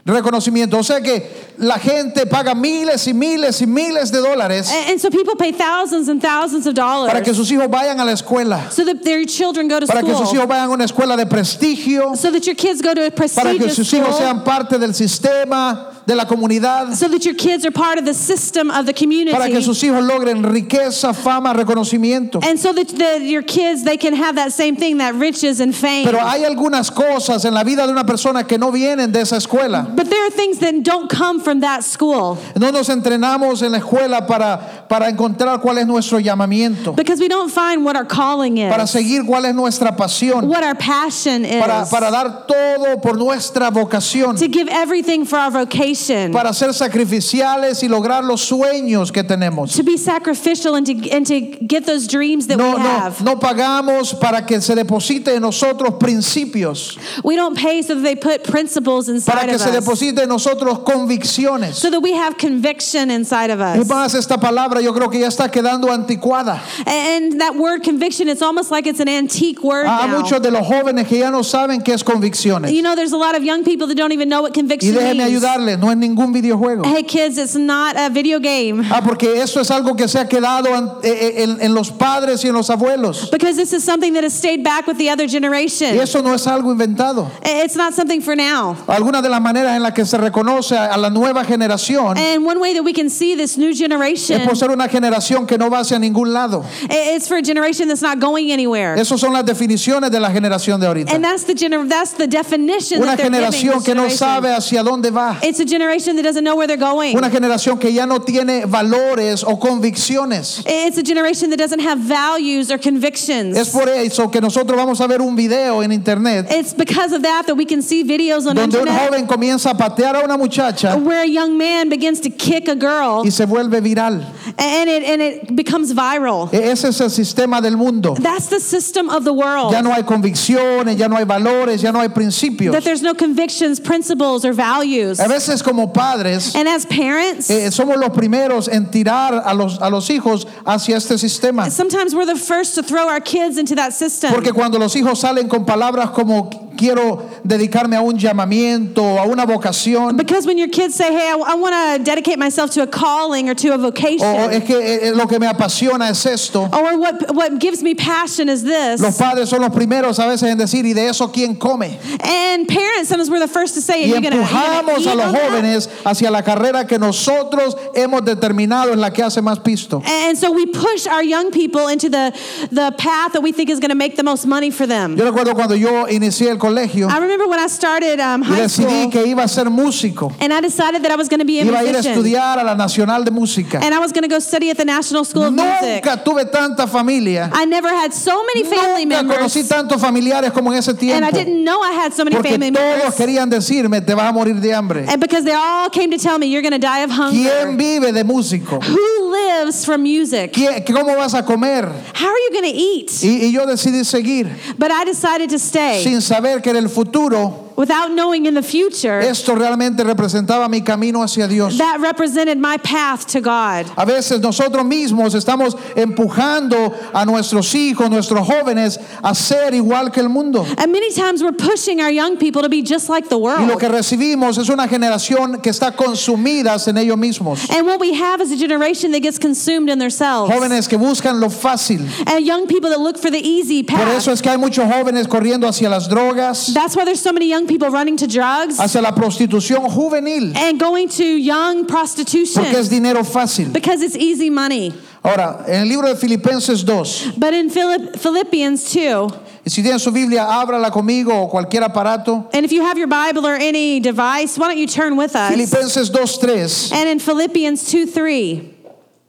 Speaker 1: Reconocimiento. O sea que la gente paga miles y miles y miles de dólares
Speaker 2: a- and so people pay thousands and thousands of dollars
Speaker 1: para que sus hijos vayan a la escuela,
Speaker 2: so that their children go to
Speaker 1: para que
Speaker 2: school,
Speaker 1: sus hijos vayan a una escuela de prestigio,
Speaker 2: so that your kids go to a
Speaker 1: para que
Speaker 2: prestigious
Speaker 1: sus
Speaker 2: school,
Speaker 1: hijos sean parte del sistema, de la comunidad.
Speaker 2: so that your kids are part of the system of the community.
Speaker 1: para que sus hijos logren riqueza, fama, reconocimiento.
Speaker 2: and so that the, your kids they can have that same thing that riches and fame
Speaker 1: Pero hay algunas cosas en la vida de una persona que no vienen de esa escuela.
Speaker 2: but there are things that don't come from that school
Speaker 1: No nos entrenamos en la escuela para, para encontrar cuál es nuestro llamamiento,
Speaker 2: because we don't find what our calling is
Speaker 1: para seguir cuál es nuestra pasión,
Speaker 2: what our passion is
Speaker 1: para, para dar todo por nuestra vocación,
Speaker 2: to give everything for our vocation
Speaker 1: para ser sacrificiales y lograr los sueños que tenemos.
Speaker 2: to be sacrificial and to, and to get those dreams that
Speaker 1: No,
Speaker 2: we
Speaker 1: no,
Speaker 2: have
Speaker 1: no pagamos para que se deposite en nosotros principios,
Speaker 2: we don't pay so that they put principles
Speaker 1: para
Speaker 2: inside
Speaker 1: que
Speaker 2: of
Speaker 1: se
Speaker 2: us
Speaker 1: deposite en nosotros convicciones.
Speaker 2: so that we have conviction inside of
Speaker 1: Es
Speaker 2: us
Speaker 1: más, esta palabra yo creo que ya está quedando anticuada.
Speaker 2: and that word conviction it's almost like it's an antique word
Speaker 1: Hay
Speaker 2: now.
Speaker 1: muchos de los jóvenes que ya no saben qué es convicciones.
Speaker 2: You know, there's a lot of young people that don't even know what
Speaker 1: Y
Speaker 2: conviction
Speaker 1: déjenme
Speaker 2: means.
Speaker 1: ayudarles, no es ningún videojuego.
Speaker 2: Hey, kids, it's not a video game
Speaker 1: Ah, porque esto es algo que se ha quedado an- eh, eh, en, en los padres y en los abuelos.
Speaker 2: because this is something that has stayed back with the other generation.
Speaker 1: Y eso no es algo inventado.
Speaker 2: I- It's not something for now.
Speaker 1: Algunas de las maneras en las que se reconoce a, a la nueva generación
Speaker 2: And one way that we can see this new generation
Speaker 1: es por ser una generación que no va hacia ningún lado.
Speaker 2: i- it's for a generation that's not going anywhere.
Speaker 1: Esas son las definiciones de la generación de ahorita.
Speaker 2: And that's the gener- that's the definition
Speaker 1: Una
Speaker 2: that they're giving this
Speaker 1: generación que no
Speaker 2: generation.
Speaker 1: sabe hacia dónde va.
Speaker 2: It's a generation that doesn't know where they're going.
Speaker 1: Una generación que ya no tiene valores o convicciones.
Speaker 2: I- it's a generation that doesn't have values or convictions.
Speaker 1: Es por eso que nosotros vamos a ver un video en internet
Speaker 2: it's because of that that we can see videos on
Speaker 1: donde un
Speaker 2: internet
Speaker 1: joven comienza a patear a una muchacha
Speaker 2: where a young man begins to kick a girl
Speaker 1: y se vuelve viral.
Speaker 2: and it and it becomes viral.
Speaker 1: E- Ese es el sistema del mundo.
Speaker 2: That's the system of the world.
Speaker 1: Ya no hay convicciones, ya no hay valores, ya no hay principios.
Speaker 2: That there's no convictions, principles, or values.
Speaker 1: A veces como padres
Speaker 2: And as parents,
Speaker 1: eh, somos los primeros en tirar a los, a los hijos hacia este sistema.
Speaker 2: sometimes we're the first to throw our kids into that system.
Speaker 1: Porque cuando los hijos salen con palabras como quiero dedicarme a un llamamiento, a una vocación,
Speaker 2: Because when your kids say, "Hey, I, want to dedicate myself to a calling or to a
Speaker 1: o,
Speaker 2: vocation,"
Speaker 1: o es que eh, eh, lo que me apasiona es esto,
Speaker 2: or what what gives me passion is this.
Speaker 1: Los padres son los primeros a veces en decir, ¿y de eso quién come?
Speaker 2: And parents, sometimes we're the first to say,
Speaker 1: Y
Speaker 2: "Are you gonna- you
Speaker 1: empujamos
Speaker 2: gonna
Speaker 1: a
Speaker 2: eat
Speaker 1: los
Speaker 2: on that?"
Speaker 1: jóvenes hacia la carrera que nosotros hemos determinado es la que hace más pisto.
Speaker 2: And so we push our young people into the the path that we think is going to make the most money for them.
Speaker 1: Yo recuerdo cuando yo inicié el colegio
Speaker 2: I remember when I started um,
Speaker 1: y
Speaker 2: high
Speaker 1: decidí
Speaker 2: school,
Speaker 1: que iba a ser músico.
Speaker 2: and I decided that I was going to be a
Speaker 1: Iba a ir a
Speaker 2: musician,
Speaker 1: estudiar a la Nacional de Música.
Speaker 2: and I was going to go study at the National School of Music.
Speaker 1: Nunca tuve tanta familia.
Speaker 2: I never had so many family
Speaker 1: Nunca
Speaker 2: members,
Speaker 1: conocí tantos familiares como en ese
Speaker 2: and
Speaker 1: tiempo.
Speaker 2: I didn't know I had so many
Speaker 1: Porque
Speaker 2: family
Speaker 1: todos
Speaker 2: members,
Speaker 1: querían decirme, te vas a morir de hambre.
Speaker 2: and because they all came to tell me, "You're going to die of
Speaker 1: ¿Quién
Speaker 2: hunger."
Speaker 1: vive de músico?
Speaker 2: Who lives from music?
Speaker 1: ¿Quién- ¿Cómo vas a comer?
Speaker 2: How are you going to eat?
Speaker 1: Y, y yo decidí seguir
Speaker 2: But I decided to stay
Speaker 1: sin saber que en el futuro
Speaker 2: without knowing in the future
Speaker 1: esto realmente representaba mi camino hacia Dios.
Speaker 2: that represented my path to God.
Speaker 1: A veces nosotros mismos estamos empujando a nuestros hijos, nuestros jóvenes a ser igual que el mundo.
Speaker 2: And many times we're pushing our young people to be just like the
Speaker 1: Y lo
Speaker 2: world.
Speaker 1: que recibimos es una generación que está consumida en ellos mismos.
Speaker 2: And what we have is a generation that gets consumed in themselves.
Speaker 1: Jóvenes que buscan lo fácil.
Speaker 2: And young people that look for the easy
Speaker 1: Por
Speaker 2: path.
Speaker 1: eso es que hay muchos jóvenes corriendo hacia las drogas,
Speaker 2: That's why there's so many young people running to drugs
Speaker 1: hacia la prostitución juvenil,
Speaker 2: and going to young
Speaker 1: porque
Speaker 2: prostitution
Speaker 1: es dinero fácil.
Speaker 2: because it's easy money.
Speaker 1: Ahora, en el libro de Filipenses 2,
Speaker 2: But in Philipp- Philippians 2,
Speaker 1: y si tienen su Biblia, ábrala conmigo o cualquier aparato.
Speaker 2: and if you have your Bible or any device, why don't you turn with us?
Speaker 1: Filipenses 2:3
Speaker 2: And in Philippians 2 3,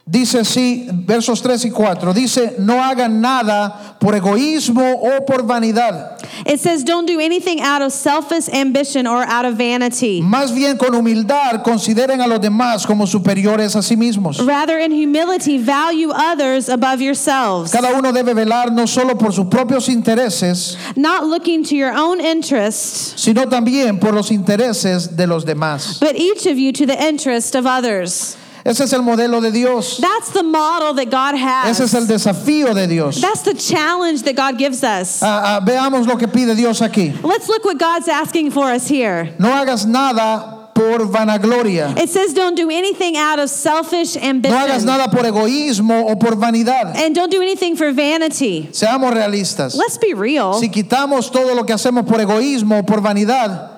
Speaker 1: dice así, versos 3 y 4, dice, "No hagan nada por egoísmo o por vanidad,
Speaker 2: it says, Don't do anything out of selfish ambition or out of vanity.
Speaker 1: más bien con humildad consideren a los demás como superiores a sí mismos."
Speaker 2: Rather, in humility, value others above yourselves,
Speaker 1: Cada uno debe velar no solo por sus propios intereses,
Speaker 2: not looking to your own interests,
Speaker 1: sino también por los intereses de los demás.
Speaker 2: but each of you to the interest of others.
Speaker 1: Ese es el modelo de Dios.
Speaker 2: That's the model that God has.
Speaker 1: Ese es el desafío de Dios.
Speaker 2: That's the challenge that God gives us.
Speaker 1: Ah, ah, veamos lo que pide Dios aquí.
Speaker 2: Let's look what God's asking for us here.
Speaker 1: No hagas nada por vanagloria.
Speaker 2: It says, Don't do anything out of selfish
Speaker 1: No hagas
Speaker 2: ambition,
Speaker 1: nada por egoísmo o por vanidad.
Speaker 2: and don't do anything for vanity.
Speaker 1: Seamos realistas.
Speaker 2: Let's be real.
Speaker 1: Si quitamos todo lo que hacemos por egoísmo o por vanidad,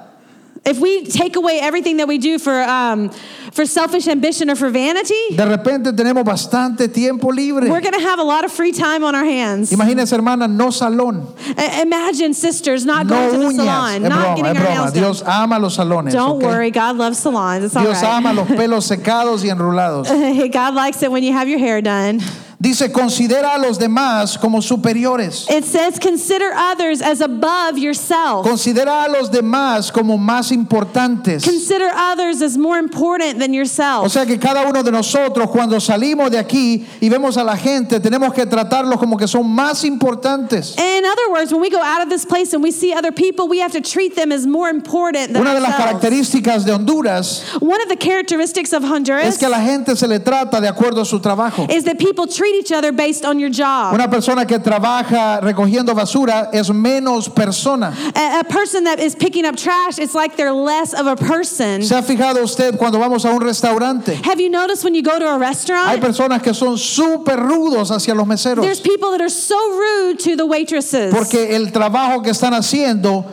Speaker 2: If we take away everything that we do for, um, for selfish ambition or for vanity,
Speaker 1: de repente tenemos bastante tiempo libre.
Speaker 2: we're going to have a lot of free time on our hands.
Speaker 1: Imagínense, hermana, no salón,
Speaker 2: I- Imagine sisters not
Speaker 1: no
Speaker 2: going to the
Speaker 1: uñas.
Speaker 2: salon,
Speaker 1: Es
Speaker 2: not
Speaker 1: broma,
Speaker 2: getting
Speaker 1: es
Speaker 2: our
Speaker 1: broma.
Speaker 2: nails done.
Speaker 1: Dios ama los salones.
Speaker 2: Don't
Speaker 1: ¿ok?
Speaker 2: worry, God loves salons. It's all
Speaker 1: Dios ama
Speaker 2: right.
Speaker 1: los pelos secados y enrulados.
Speaker 2: God likes it when you have your hair done.
Speaker 1: Dice, considera a los demás como superiores.
Speaker 2: It says, consider others as above yourself.
Speaker 1: Considera a los demás como más importantes.
Speaker 2: Consider others as more important than
Speaker 1: O
Speaker 2: yourself.
Speaker 1: sea que cada uno de nosotros cuando salimos de aquí y vemos a la gente, tenemos que tratarlos como que son más importantes.
Speaker 2: In other words, when we go out of this place and we see other people, we have to treat them as more important than
Speaker 1: Una de las
Speaker 2: ourselves.
Speaker 1: características de Honduras
Speaker 2: One of the characteristics of
Speaker 1: es
Speaker 2: Honduras
Speaker 1: que a la gente se le trata de acuerdo a su trabajo.
Speaker 2: is that people treat each other based on your job.
Speaker 1: Una persona que trabaja recogiendo basura es menos persona.
Speaker 2: A, a person that is picking up trash, it's like they're less of a person.
Speaker 1: ¿Se ha fijado usted cuando vamos a un restaurante?
Speaker 2: Have you noticed when you go to a
Speaker 1: Hay
Speaker 2: restaurant,
Speaker 1: personas que son súper rudos hacia los meseros
Speaker 2: there's people that are so rude to the waitresses
Speaker 1: porque el trabajo que están haciendo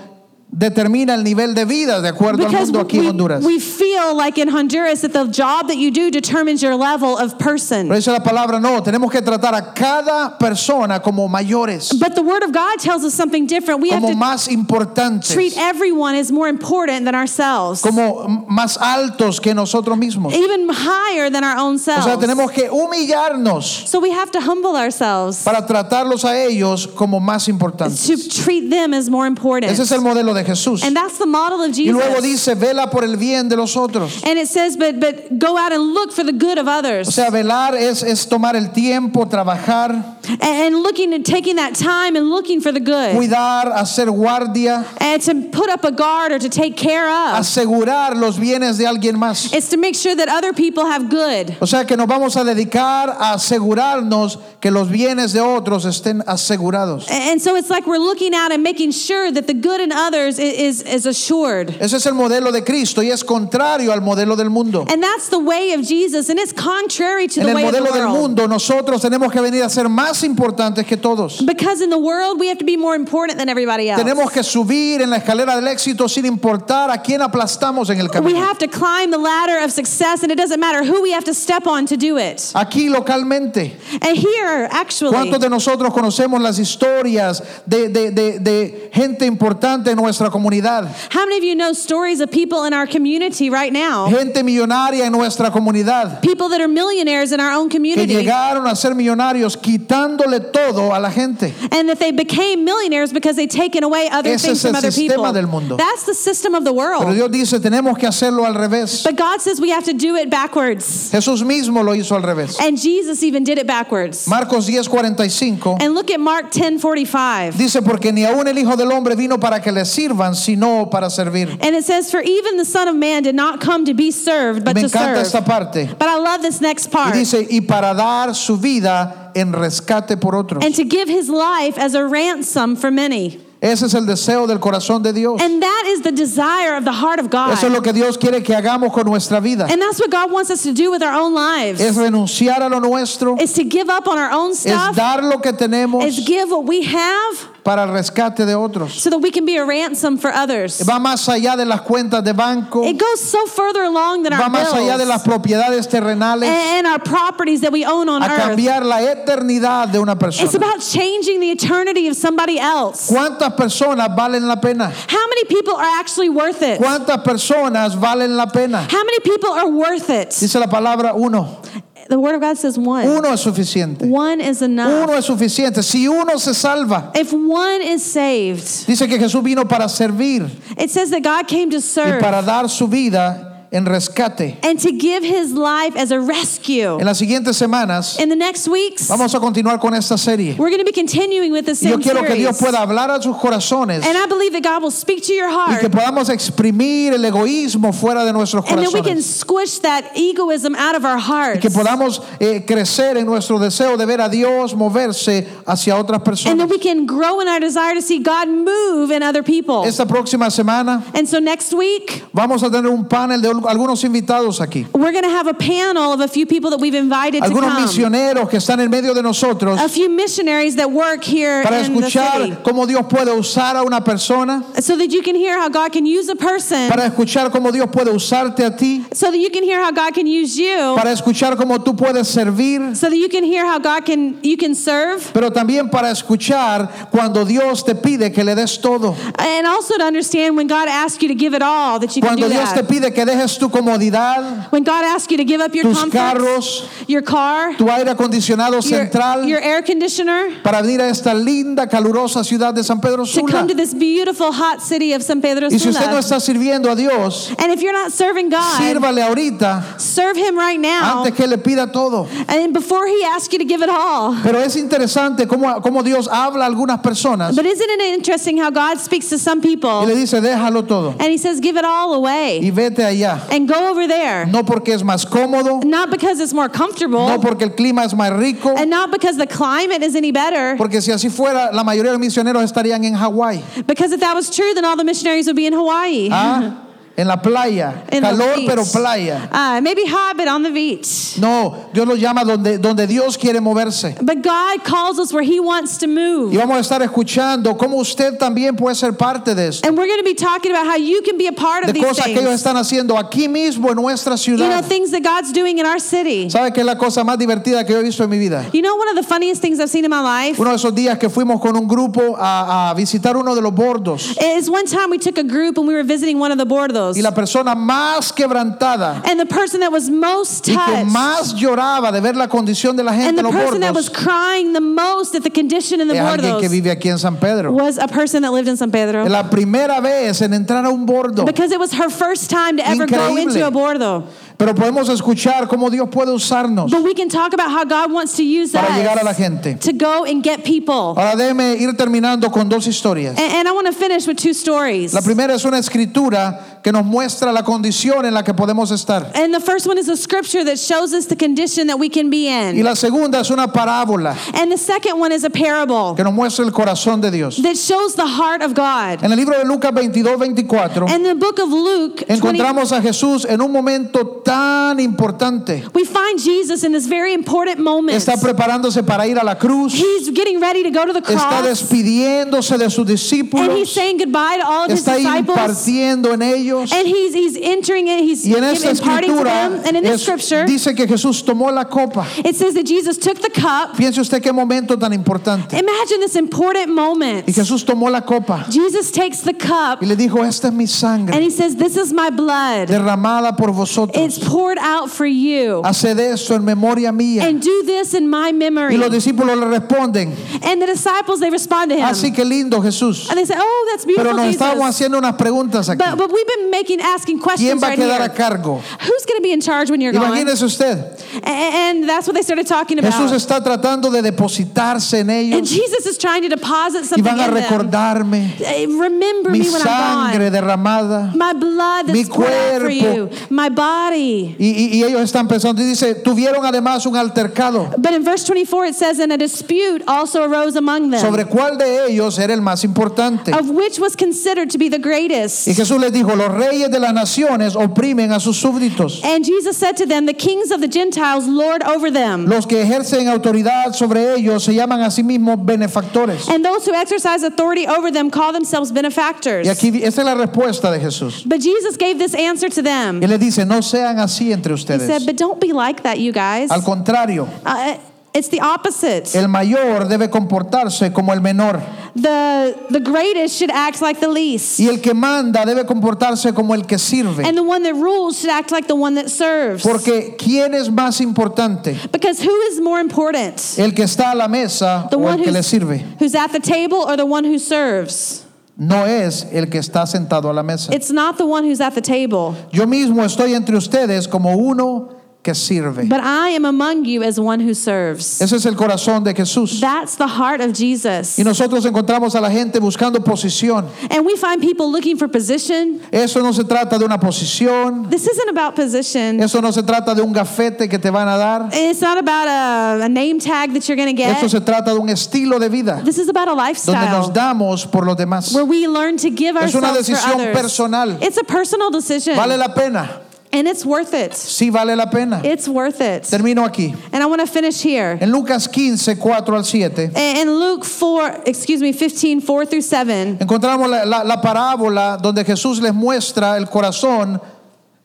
Speaker 1: determina el nivel de vida de acuerdo al
Speaker 2: because
Speaker 1: mundo aquí
Speaker 2: we,
Speaker 1: en Honduras.
Speaker 2: we feel like in Honduras that the job that you do determines your level of person.
Speaker 1: Pero dice la palabra, no, tenemos que tratar a cada persona como mayores,
Speaker 2: But the Word of God tells us something different. We have
Speaker 1: como
Speaker 2: to
Speaker 1: más importantes,
Speaker 2: treat everyone as more important than ourselves,
Speaker 1: como m- más altos que nosotros mismos.
Speaker 2: even higher than our own
Speaker 1: O
Speaker 2: selves.
Speaker 1: sea, tenemos que humillarnos
Speaker 2: so we have to humble ourselves
Speaker 1: para tratarlos a ellos como más importantes.
Speaker 2: to treat them as more important.
Speaker 1: Ese es el modelo de Jesús.
Speaker 2: and that's the model of
Speaker 1: Y
Speaker 2: Jesus.
Speaker 1: luego dice, vela por el bien de los otros.
Speaker 2: and it says, but, but go out and look for the good of others.
Speaker 1: O sea, velar es, es tomar el tiempo, trabajar,
Speaker 2: and, and looking and taking that time and looking for the good.
Speaker 1: cuidar, hacer guardia,
Speaker 2: and to put up a guard or to take care of.
Speaker 1: asegurar los bienes de alguien más.
Speaker 2: it's to make sure that other people have good.
Speaker 1: O sea que nos vamos a dedicar a asegurarnos que los bienes de otros estén asegurados.
Speaker 2: And and so it's like we're looking out and making sure that the good in others i- is, is assured.
Speaker 1: Ese es el modelo de Cristo y es contrario al modelo del mundo.
Speaker 2: And that's the way of Jesus, and it's contrary to
Speaker 1: En
Speaker 2: the
Speaker 1: el
Speaker 2: way of the
Speaker 1: modelo del
Speaker 2: world.
Speaker 1: mundo nosotros tenemos que venir a ser más más importantes que todos.
Speaker 2: Because in the world, we have to be more important than everybody else.
Speaker 1: Tenemos que subir en la escalera del éxito sin importar a quién aplastamos en el
Speaker 2: We
Speaker 1: camino.
Speaker 2: have to climb the ladder of success, and it doesn't matter who we have to step on to do it.
Speaker 1: Aquí localmente,
Speaker 2: And here, actually,
Speaker 1: ¿cuántos de nosotros conocemos las historias de, de- de- de gente importante en nuestra comunidad?
Speaker 2: how many of you know stories of people in our community right now?
Speaker 1: Gente millonaria en nuestra comunidad
Speaker 2: People that are millionaires in our own
Speaker 1: que
Speaker 2: community.
Speaker 1: llegaron a ser millonarios quitándole todo a la gente.
Speaker 2: And that they became millionaires because they taken away other
Speaker 1: Ese
Speaker 2: things
Speaker 1: es
Speaker 2: from
Speaker 1: el
Speaker 2: other
Speaker 1: sistema
Speaker 2: people.
Speaker 1: del mundo.
Speaker 2: That's the system of the
Speaker 1: Pero
Speaker 2: world.
Speaker 1: Dios dice, tenemos que hacerlo al revés.
Speaker 2: But God says we have to do it backwards.
Speaker 1: Jesús mismo lo hizo al revés.
Speaker 2: And Jesus even did it backwards.
Speaker 1: Marcos 10:45
Speaker 2: And look at Mark 10 45.
Speaker 1: dice, porque ni aun el Hijo del Hombre vino para que le sirvan, sino para servir.
Speaker 2: And it says, For even the Son of Man did not come to be served, but
Speaker 1: Me
Speaker 2: to
Speaker 1: encanta
Speaker 2: serve.
Speaker 1: esta parte.
Speaker 2: But I love this next
Speaker 1: Y
Speaker 2: part.
Speaker 1: dice, y para dar su vida en rescate por otros.
Speaker 2: And to give his life as a ransom for many.
Speaker 1: Ese es el deseo del corazón de Dios.
Speaker 2: And that is the desire of the heart of God.
Speaker 1: Eso es lo que Dios quiere que hagamos con nuestra vida.
Speaker 2: And that's what God wants us to do with our own lives.
Speaker 1: Es renunciar a lo nuestro,
Speaker 2: is to give up on our own
Speaker 1: es
Speaker 2: stuff.
Speaker 1: dar lo que tenemos
Speaker 2: is give what we have
Speaker 1: para el rescate de otros.
Speaker 2: so that we can be a ransom for others.
Speaker 1: Va más allá de las cuentas de banco,
Speaker 2: It goes so further along than
Speaker 1: va
Speaker 2: our
Speaker 1: más
Speaker 2: bills
Speaker 1: allá de las propiedades terrenales.
Speaker 2: and our properties that we own on
Speaker 1: a
Speaker 2: earth.
Speaker 1: cambiar la eternidad de una
Speaker 2: It's
Speaker 1: persona.
Speaker 2: about changing the eternity of somebody else.
Speaker 1: ¿Cuántas personas valen la pena?
Speaker 2: How many people are actually worth it?
Speaker 1: ¿Cuántas personas valen la pena?
Speaker 2: How many people are worth it?
Speaker 1: Dice la palabra uno.
Speaker 2: The Word of God says one.
Speaker 1: Uno es suficiente.
Speaker 2: One is enough.
Speaker 1: Uno es suficiente. Si uno se salva,
Speaker 2: If one is saved,
Speaker 1: dice que Jesús vino para servir
Speaker 2: it says that God came to
Speaker 1: y
Speaker 2: serve
Speaker 1: para dar su vida en rescate.
Speaker 2: and to give his life as a rescue.
Speaker 1: En las siguientes semanas
Speaker 2: In the next weeks,
Speaker 1: vamos a continuar con esta serie.
Speaker 2: we're going to be continuing with the
Speaker 1: Y Yo
Speaker 2: same
Speaker 1: quiero que Dios
Speaker 2: series.
Speaker 1: pueda hablar a sus corazones
Speaker 2: And I believe that God will speak to your
Speaker 1: y
Speaker 2: heart
Speaker 1: que podamos exprimir el egoísmo fuera de nuestros
Speaker 2: and that we can
Speaker 1: corazones.
Speaker 2: squish that egoism out of our
Speaker 1: Y
Speaker 2: hearts.
Speaker 1: que podamos eh, crecer en nuestro deseo de ver a Dios moverse hacia otras
Speaker 2: And
Speaker 1: personas.
Speaker 2: that we can grow in our desire to see God move in other people.
Speaker 1: Esta próxima semana
Speaker 2: And so next week,
Speaker 1: vamos a tener un panel de al- algunos invitados aquí.
Speaker 2: we're going to have a panel of a few people that we've invited to
Speaker 1: Algunos
Speaker 2: come.
Speaker 1: misioneros que están en medio de nosotros
Speaker 2: A few missionaries that work here
Speaker 1: para
Speaker 2: in the city.
Speaker 1: escuchar cómo Dios puede usar a una persona,
Speaker 2: So that you can hear how God can use a person.
Speaker 1: para escuchar cómo Dios puede usarte a ti,
Speaker 2: So that you can hear how God can use you.
Speaker 1: para escuchar cómo tú puedes servir,
Speaker 2: So that you can hear how God can you can serve.
Speaker 1: pero también para escuchar cuando Dios te pide que le des todo,
Speaker 2: And also to understand when God asks you to give it all that you can
Speaker 1: cuando
Speaker 2: do
Speaker 1: Dios te
Speaker 2: that.
Speaker 1: pide que dejes tu comodidad,
Speaker 2: When God asks you to give up your
Speaker 1: Tus
Speaker 2: comforts,
Speaker 1: carros,
Speaker 2: your car,
Speaker 1: tu aire acondicionado
Speaker 2: your,
Speaker 1: central.
Speaker 2: your air conditioner,
Speaker 1: para venir a esta linda, calurosa ciudad de San Pedro
Speaker 2: to
Speaker 1: Sula.
Speaker 2: come to this beautiful hot city of San Pedro
Speaker 1: Y si usted no
Speaker 2: Sula.
Speaker 1: está sirviendo a Dios,
Speaker 2: And if you're not serving God,
Speaker 1: sírvale ahorita,
Speaker 2: serve Him right now.
Speaker 1: antes que le pida todo.
Speaker 2: And before He asks you to give it all.
Speaker 1: Pero es interesante cómo, cómo Dios habla a algunas personas
Speaker 2: But isn't it interesting how God speaks to some
Speaker 1: y
Speaker 2: people
Speaker 1: le dice, déjalo todo
Speaker 2: and He says, give it all away
Speaker 1: y vete allá.
Speaker 2: and go over there?
Speaker 1: No porque es más cómodo,
Speaker 2: Not because it's more
Speaker 1: no
Speaker 2: comfortable
Speaker 1: porque el clima es más rico,
Speaker 2: and not because the climate is any better.
Speaker 1: porque si así fuera, la mayoría de los misioneros estarían en Hawái,
Speaker 2: Because if that was true, then all the missionaries would be in Hawaii.
Speaker 1: ¿ah? en la playa,
Speaker 2: In the
Speaker 1: calor
Speaker 2: beach.
Speaker 1: pero playa.
Speaker 2: Uh, maybe hot, but on the beach.
Speaker 1: No, Dios los llama donde, donde Dios quiere moverse.
Speaker 2: But God calls us where He wants to
Speaker 1: Y
Speaker 2: move.
Speaker 1: vamos a estar escuchando cómo usted también puede ser parte de esto.
Speaker 2: And we're going to be talking about how you can be a part of
Speaker 1: De
Speaker 2: these
Speaker 1: cosas que ellos
Speaker 2: things.
Speaker 1: están haciendo aquí mismo en nuestra
Speaker 2: You know,
Speaker 1: ciudad.
Speaker 2: things that God's doing in our city.
Speaker 1: ¿Sabe qué es la cosa más divertida que yo he visto en mi vida?
Speaker 2: You know, one of the funniest things I've seen in my life
Speaker 1: Uno de esos días que fuimos con un grupo a, a visitar uno de los bordos
Speaker 2: is one time we took a group and we were visiting one of the bordos.
Speaker 1: y la persona más quebrantada
Speaker 2: And the person that was most
Speaker 1: y que
Speaker 2: touched
Speaker 1: más lloraba de ver la condición de la
Speaker 2: and
Speaker 1: gente
Speaker 2: the
Speaker 1: en los
Speaker 2: person that was
Speaker 1: bordos
Speaker 2: crying the most at the condition in the
Speaker 1: es alguien que
Speaker 2: bordos
Speaker 1: vive aquí en San Pedro.
Speaker 2: was a person that lived in San
Speaker 1: Es
Speaker 2: Pedro.
Speaker 1: la primera vez en entrar a un bordo,
Speaker 2: Because it was her first time to ever go
Speaker 1: Increíble.
Speaker 2: into a bordo.
Speaker 1: pero podemos escuchar cómo Dios puede usarnos
Speaker 2: But we can talk about how God wants to use
Speaker 1: para llegar a la
Speaker 2: us
Speaker 1: gente. Oh.
Speaker 2: to go and get people.
Speaker 1: Ahora déjeme ir terminando con dos historias.
Speaker 2: And, and I want to finish with two stories.
Speaker 1: La primera es una escritura que nos muestra la condición en la que podemos estar.
Speaker 2: And the first one is a scripture that shows us the condition that we can be
Speaker 1: Y
Speaker 2: in.
Speaker 1: la segunda es una parábola
Speaker 2: And the second one is a parable
Speaker 1: que nos muestra el corazón de Dios.
Speaker 2: that shows the heart of God.
Speaker 1: En el libro de Lucas 22, 24,
Speaker 2: In the book of Luke, 20,
Speaker 1: encontramos a Jesús en un momento tan importante.
Speaker 2: we find Jesus in this very important moment.
Speaker 1: Está preparándose para ir a la cruz,
Speaker 2: He's getting ready to go to the
Speaker 1: está
Speaker 2: cross.
Speaker 1: despidiéndose de sus
Speaker 2: And he's
Speaker 1: discípulos,
Speaker 2: saying goodbye to all of his
Speaker 1: está
Speaker 2: disciples.
Speaker 1: impartiendo en ellos.
Speaker 2: And he's, he's entering in, he's
Speaker 1: Y en esta
Speaker 2: imparting to
Speaker 1: escritura
Speaker 2: them. And in this
Speaker 1: es-
Speaker 2: scripture,
Speaker 1: dice que Jesús tomó la copa.
Speaker 2: it says that Jesus took the cup.
Speaker 1: Piense usted qué momento tan importante.
Speaker 2: Imagine this important moment.
Speaker 1: Y Jesús tomó la copa
Speaker 2: Jesus takes the cup
Speaker 1: y le dijo, esta es mi
Speaker 2: and
Speaker 1: sangre
Speaker 2: he says, This is my blood.
Speaker 1: derramada por vosotros.
Speaker 2: It's poured out for you.
Speaker 1: Haced esto en memoria mía.
Speaker 2: And do this in my memory.
Speaker 1: Y los discípulos le responden,
Speaker 2: And the disciples, they respond to him.
Speaker 1: así que lindo Jesús.
Speaker 2: And they say, Oh, that's
Speaker 1: Ah, Pero
Speaker 2: beautiful,
Speaker 1: nos estábamos
Speaker 2: Jesus.
Speaker 1: haciendo unas preguntas aquí.
Speaker 2: But, but we've been making, asking
Speaker 1: ¿Quién
Speaker 2: questions
Speaker 1: va a
Speaker 2: right
Speaker 1: quedar a
Speaker 2: here.
Speaker 1: cargo?
Speaker 2: Who's going to be in charge when you're gone?
Speaker 1: Imagínese usted,
Speaker 2: A- And that's what they started talking about.
Speaker 1: Jesús está tratando de depositarse en
Speaker 2: and
Speaker 1: ellos
Speaker 2: Jesus is trying to deposit
Speaker 1: y
Speaker 2: something
Speaker 1: van a
Speaker 2: in them.
Speaker 1: recordarme
Speaker 2: Eh, Remember
Speaker 1: mi
Speaker 2: me when I'm gone.
Speaker 1: sangre derramada.
Speaker 2: My blood
Speaker 1: mi
Speaker 2: that's poured out for you.
Speaker 1: cuerpo.
Speaker 2: My body.
Speaker 1: Y, y- y ellos están pensando, y dice, tuvieron además un altercado
Speaker 2: But in verse 24, it says, And a dispute also arose among them
Speaker 1: sobre cuál de ellos era el más importante.
Speaker 2: of which was considered to be the greatest.
Speaker 1: Y Jesús les dijo, los reyes de las naciones oprimen a sus súbditos,
Speaker 2: And Jesus said to them, The kings of the Gentiles lord over them,
Speaker 1: los que ejercen autoridad sobre ellos se llaman a sí mismos benefactores.
Speaker 2: and those who exercise authority over them call themselves benefactors.
Speaker 1: Y aquí, esta es la respuesta de Jesús.
Speaker 2: But Jesus gave this answer to them.
Speaker 1: Y les dice, no sean así entre
Speaker 2: He said,
Speaker 1: ustedes.
Speaker 2: But don't be like that, you guys.
Speaker 1: Al contrario,
Speaker 2: Uh, it's the opposite.
Speaker 1: el mayor debe comportarse como el menor
Speaker 2: The, the greatest should act like the least,
Speaker 1: y el que manda debe comportarse como el que sirve.
Speaker 2: and the one that rules should act like the one that serves.
Speaker 1: Porque ¿quién es más importante?
Speaker 2: because who is more important?
Speaker 1: El que está a la mesa
Speaker 2: The
Speaker 1: o
Speaker 2: one
Speaker 1: el que le
Speaker 2: who's,
Speaker 1: sirve.
Speaker 2: who's at the table or the one who serves?
Speaker 1: No es el que está sentado a la mesa.
Speaker 2: It's not the one who's at the table,
Speaker 1: Yo mismo estoy entre ustedes como uno que sirve.
Speaker 2: but I am among you as one who serves.
Speaker 1: Ese es el corazón de Jesús.
Speaker 2: That's the heart of Jesus.
Speaker 1: Y nosotros encontramos a la gente buscando posición.
Speaker 2: and we find people looking for position.
Speaker 1: Eso no se trata de una posición.
Speaker 2: This isn't about position.
Speaker 1: Eso no se trata de un gafete que te van a dar.
Speaker 2: It's not about a, a name tag that you're going to get.
Speaker 1: Eso se trata de un estilo de vida
Speaker 2: this is about a
Speaker 1: donde nos
Speaker 2: lifestyle
Speaker 1: damos por los demás.
Speaker 2: where we learn to give
Speaker 1: Es una
Speaker 2: ourselves for
Speaker 1: decisión
Speaker 2: others.
Speaker 1: personal.
Speaker 2: It's a personal decision,
Speaker 1: ¿Vale la pena?
Speaker 2: and it's worth it.
Speaker 1: Sí, vale la pena.
Speaker 2: It's worth it.
Speaker 1: Termino aquí.
Speaker 2: And I want to finish here.
Speaker 1: En Lucas 15, 4 al 7.
Speaker 2: In in Luke 4, excuse me, 15, 4 through 7.
Speaker 1: Encontramos la, la- la parábola donde Jesús les muestra el corazón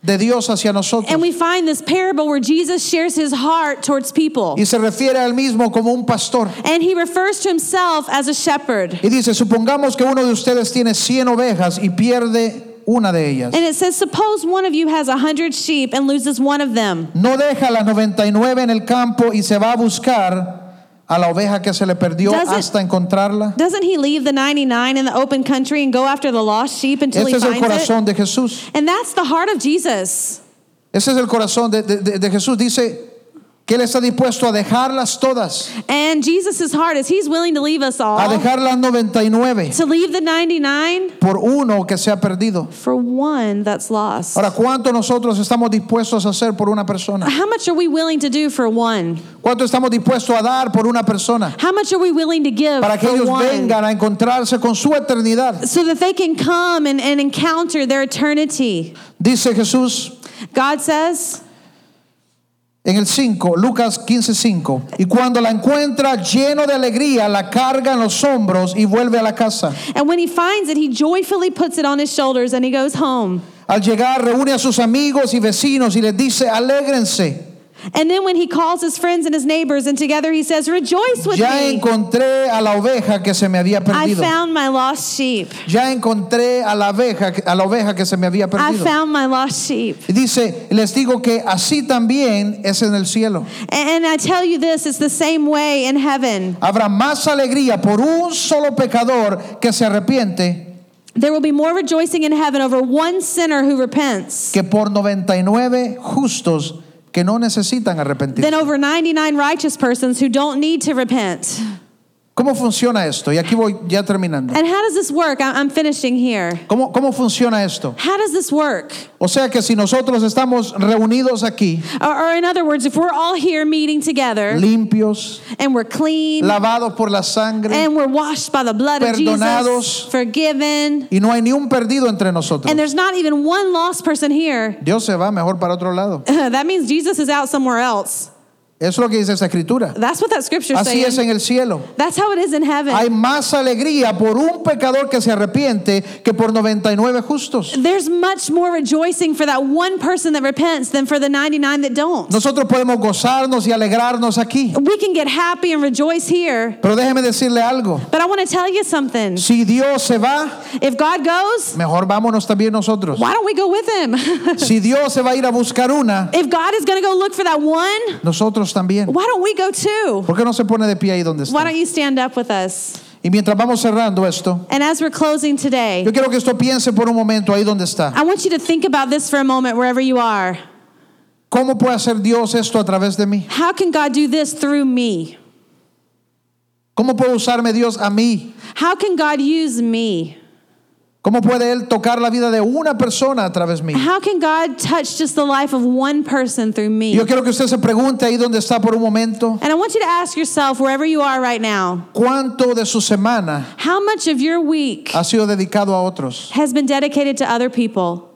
Speaker 1: de Dios hacia nosotros.
Speaker 2: And we find this parable where Jesus shares his heart towards people.
Speaker 1: Y se refiere a él mismo como un pastor.
Speaker 2: And he refers to himself as a shepherd.
Speaker 1: Y dice, supongamos que uno de ustedes tiene 100 ovejas y pierde una de ellas.
Speaker 2: And it says, Suppose one of you has a hundred sheep and loses one of them.
Speaker 1: No deja las 99 en el campo y se va a buscar a la oveja que se le perdió
Speaker 2: Doesn't-
Speaker 1: hasta encontrarla.
Speaker 2: Doesn't he leave the 99 in the open country and go after the lost sheep until
Speaker 1: Este es
Speaker 2: he
Speaker 1: el
Speaker 2: finds it?
Speaker 1: corazón de Jesús.
Speaker 2: And that's the heart of Jesus.
Speaker 1: Ese es el corazón de, de- de- de Jesús. Dice que Él está dispuesto a dejarlas todas,
Speaker 2: And Jesus' heart is he's willing to leave us
Speaker 1: a
Speaker 2: all,
Speaker 1: dejar las 99
Speaker 2: to leave the 99
Speaker 1: por uno que se ha perdido.
Speaker 2: for one that's lost.
Speaker 1: Ahora, ¿cuánto nosotros estamos dispuestos a hacer por una persona?
Speaker 2: How much are we willing to do for one?
Speaker 1: ¿Cuánto estamos dispuestos a dar por una persona?
Speaker 2: How much are we willing to give
Speaker 1: Para que
Speaker 2: for
Speaker 1: ellos
Speaker 2: one?
Speaker 1: vengan a encontrarse con su eternidad.
Speaker 2: so that they can come and, and encounter their eternity.
Speaker 1: Dice Jesús
Speaker 2: God says,
Speaker 1: en el 5, Lucas 15, 5. Y cuando la encuentra lleno de alegría, la carga en los hombros y vuelve a la casa.
Speaker 2: and when he finds it, he joyfully puts it on his shoulders and he goes home.
Speaker 1: Al llegar, reúne a sus amigos y vecinos y les dice, alégrense.
Speaker 2: And then when he calls his friends and his neighbors, and together he says, Rejoice with
Speaker 1: Ya
Speaker 2: me.
Speaker 1: encontré a la oveja que se me había
Speaker 2: Pues I
Speaker 1: perdido.
Speaker 2: found my lost sheep.
Speaker 1: Ya encontré a la oveja, a la oveja que se me había
Speaker 2: I
Speaker 1: perdido.
Speaker 2: found my lost sheep.
Speaker 1: Y dice, les digo que así también es en el cielo.
Speaker 2: And I tell you this, it's the same way in heaven.
Speaker 1: Habrá más alegría por un solo pecador que se arrepiente
Speaker 2: There will be more rejoicing in heaven over one sinner who repents
Speaker 1: que por 99 justos que no necesitan arrepentir.
Speaker 2: than over 99 righteous persons who don't need to repent.
Speaker 1: ¿Cómo funciona esto? Y aquí voy ya terminando.
Speaker 2: And how does this work? I- I'm finishing here.
Speaker 1: ¿Cómo, cómo funciona esto?
Speaker 2: How does this work?
Speaker 1: O sea que si nosotros estamos reunidos aquí,
Speaker 2: Or, or in other words, if we're all here meeting together
Speaker 1: limpios,
Speaker 2: and we're clean
Speaker 1: lavados por la sangre,
Speaker 2: and we're washed by the blood of Jesus,
Speaker 1: Mm. Perdonados.
Speaker 2: forgiven,
Speaker 1: y no hay ni un perdido entre nosotros,
Speaker 2: and there's not even one lost person here,
Speaker 1: Dios se va mejor para otro lado.
Speaker 2: that means Jesus is out somewhere else.
Speaker 1: Eso es lo que dice esa escritura.
Speaker 2: That's what that scripture
Speaker 1: Así
Speaker 2: says.
Speaker 1: es en el cielo.
Speaker 2: That's how it is in heaven.
Speaker 1: Hay más alegría por un pecador que se arrepiente que por 99 justos.
Speaker 2: There's much more rejoicing for that one person that repents than for the 99 that don't.
Speaker 1: Nosotros podemos gozarnos y alegrarnos aquí.
Speaker 2: We can get happy and rejoice here,
Speaker 1: Pero déjeme decirle algo.
Speaker 2: but I want to tell you something.
Speaker 1: Si Dios se va,
Speaker 2: If God goes,
Speaker 1: mejor vámonos también nosotros.
Speaker 2: why don't we go with him?
Speaker 1: Si Dios se va a ir a buscar una,
Speaker 2: if God is going to go look for that one,
Speaker 1: nosotros también.
Speaker 2: why don't we go too?
Speaker 1: ¿Por qué no se pone de pie ahí donde
Speaker 2: Why
Speaker 1: está?
Speaker 2: don't you stand up with us?
Speaker 1: Y mientras vamos cerrando esto,
Speaker 2: And as we're closing today,
Speaker 1: yo quiero que esto piense por un momento ahí donde está.
Speaker 2: I want you to think about this for a moment wherever you are.
Speaker 1: ¿Cómo puede hacer Dios esto a través de mí?
Speaker 2: How can God do this through me?
Speaker 1: ¿Cómo puede usarme Dios a mí?
Speaker 2: How can God use me?
Speaker 1: ¿Cómo puede Él tocar la vida de una persona a través mío?
Speaker 2: How can God touch just the life of one person through me?
Speaker 1: Yo quiero que usted se pregunte ahí donde está por un momento,
Speaker 2: And I want you to ask yourself, wherever you are right now,
Speaker 1: ¿cuánto de su semana
Speaker 2: how much of your week
Speaker 1: ha sido dedicado a otros?
Speaker 2: has been dedicated to other people?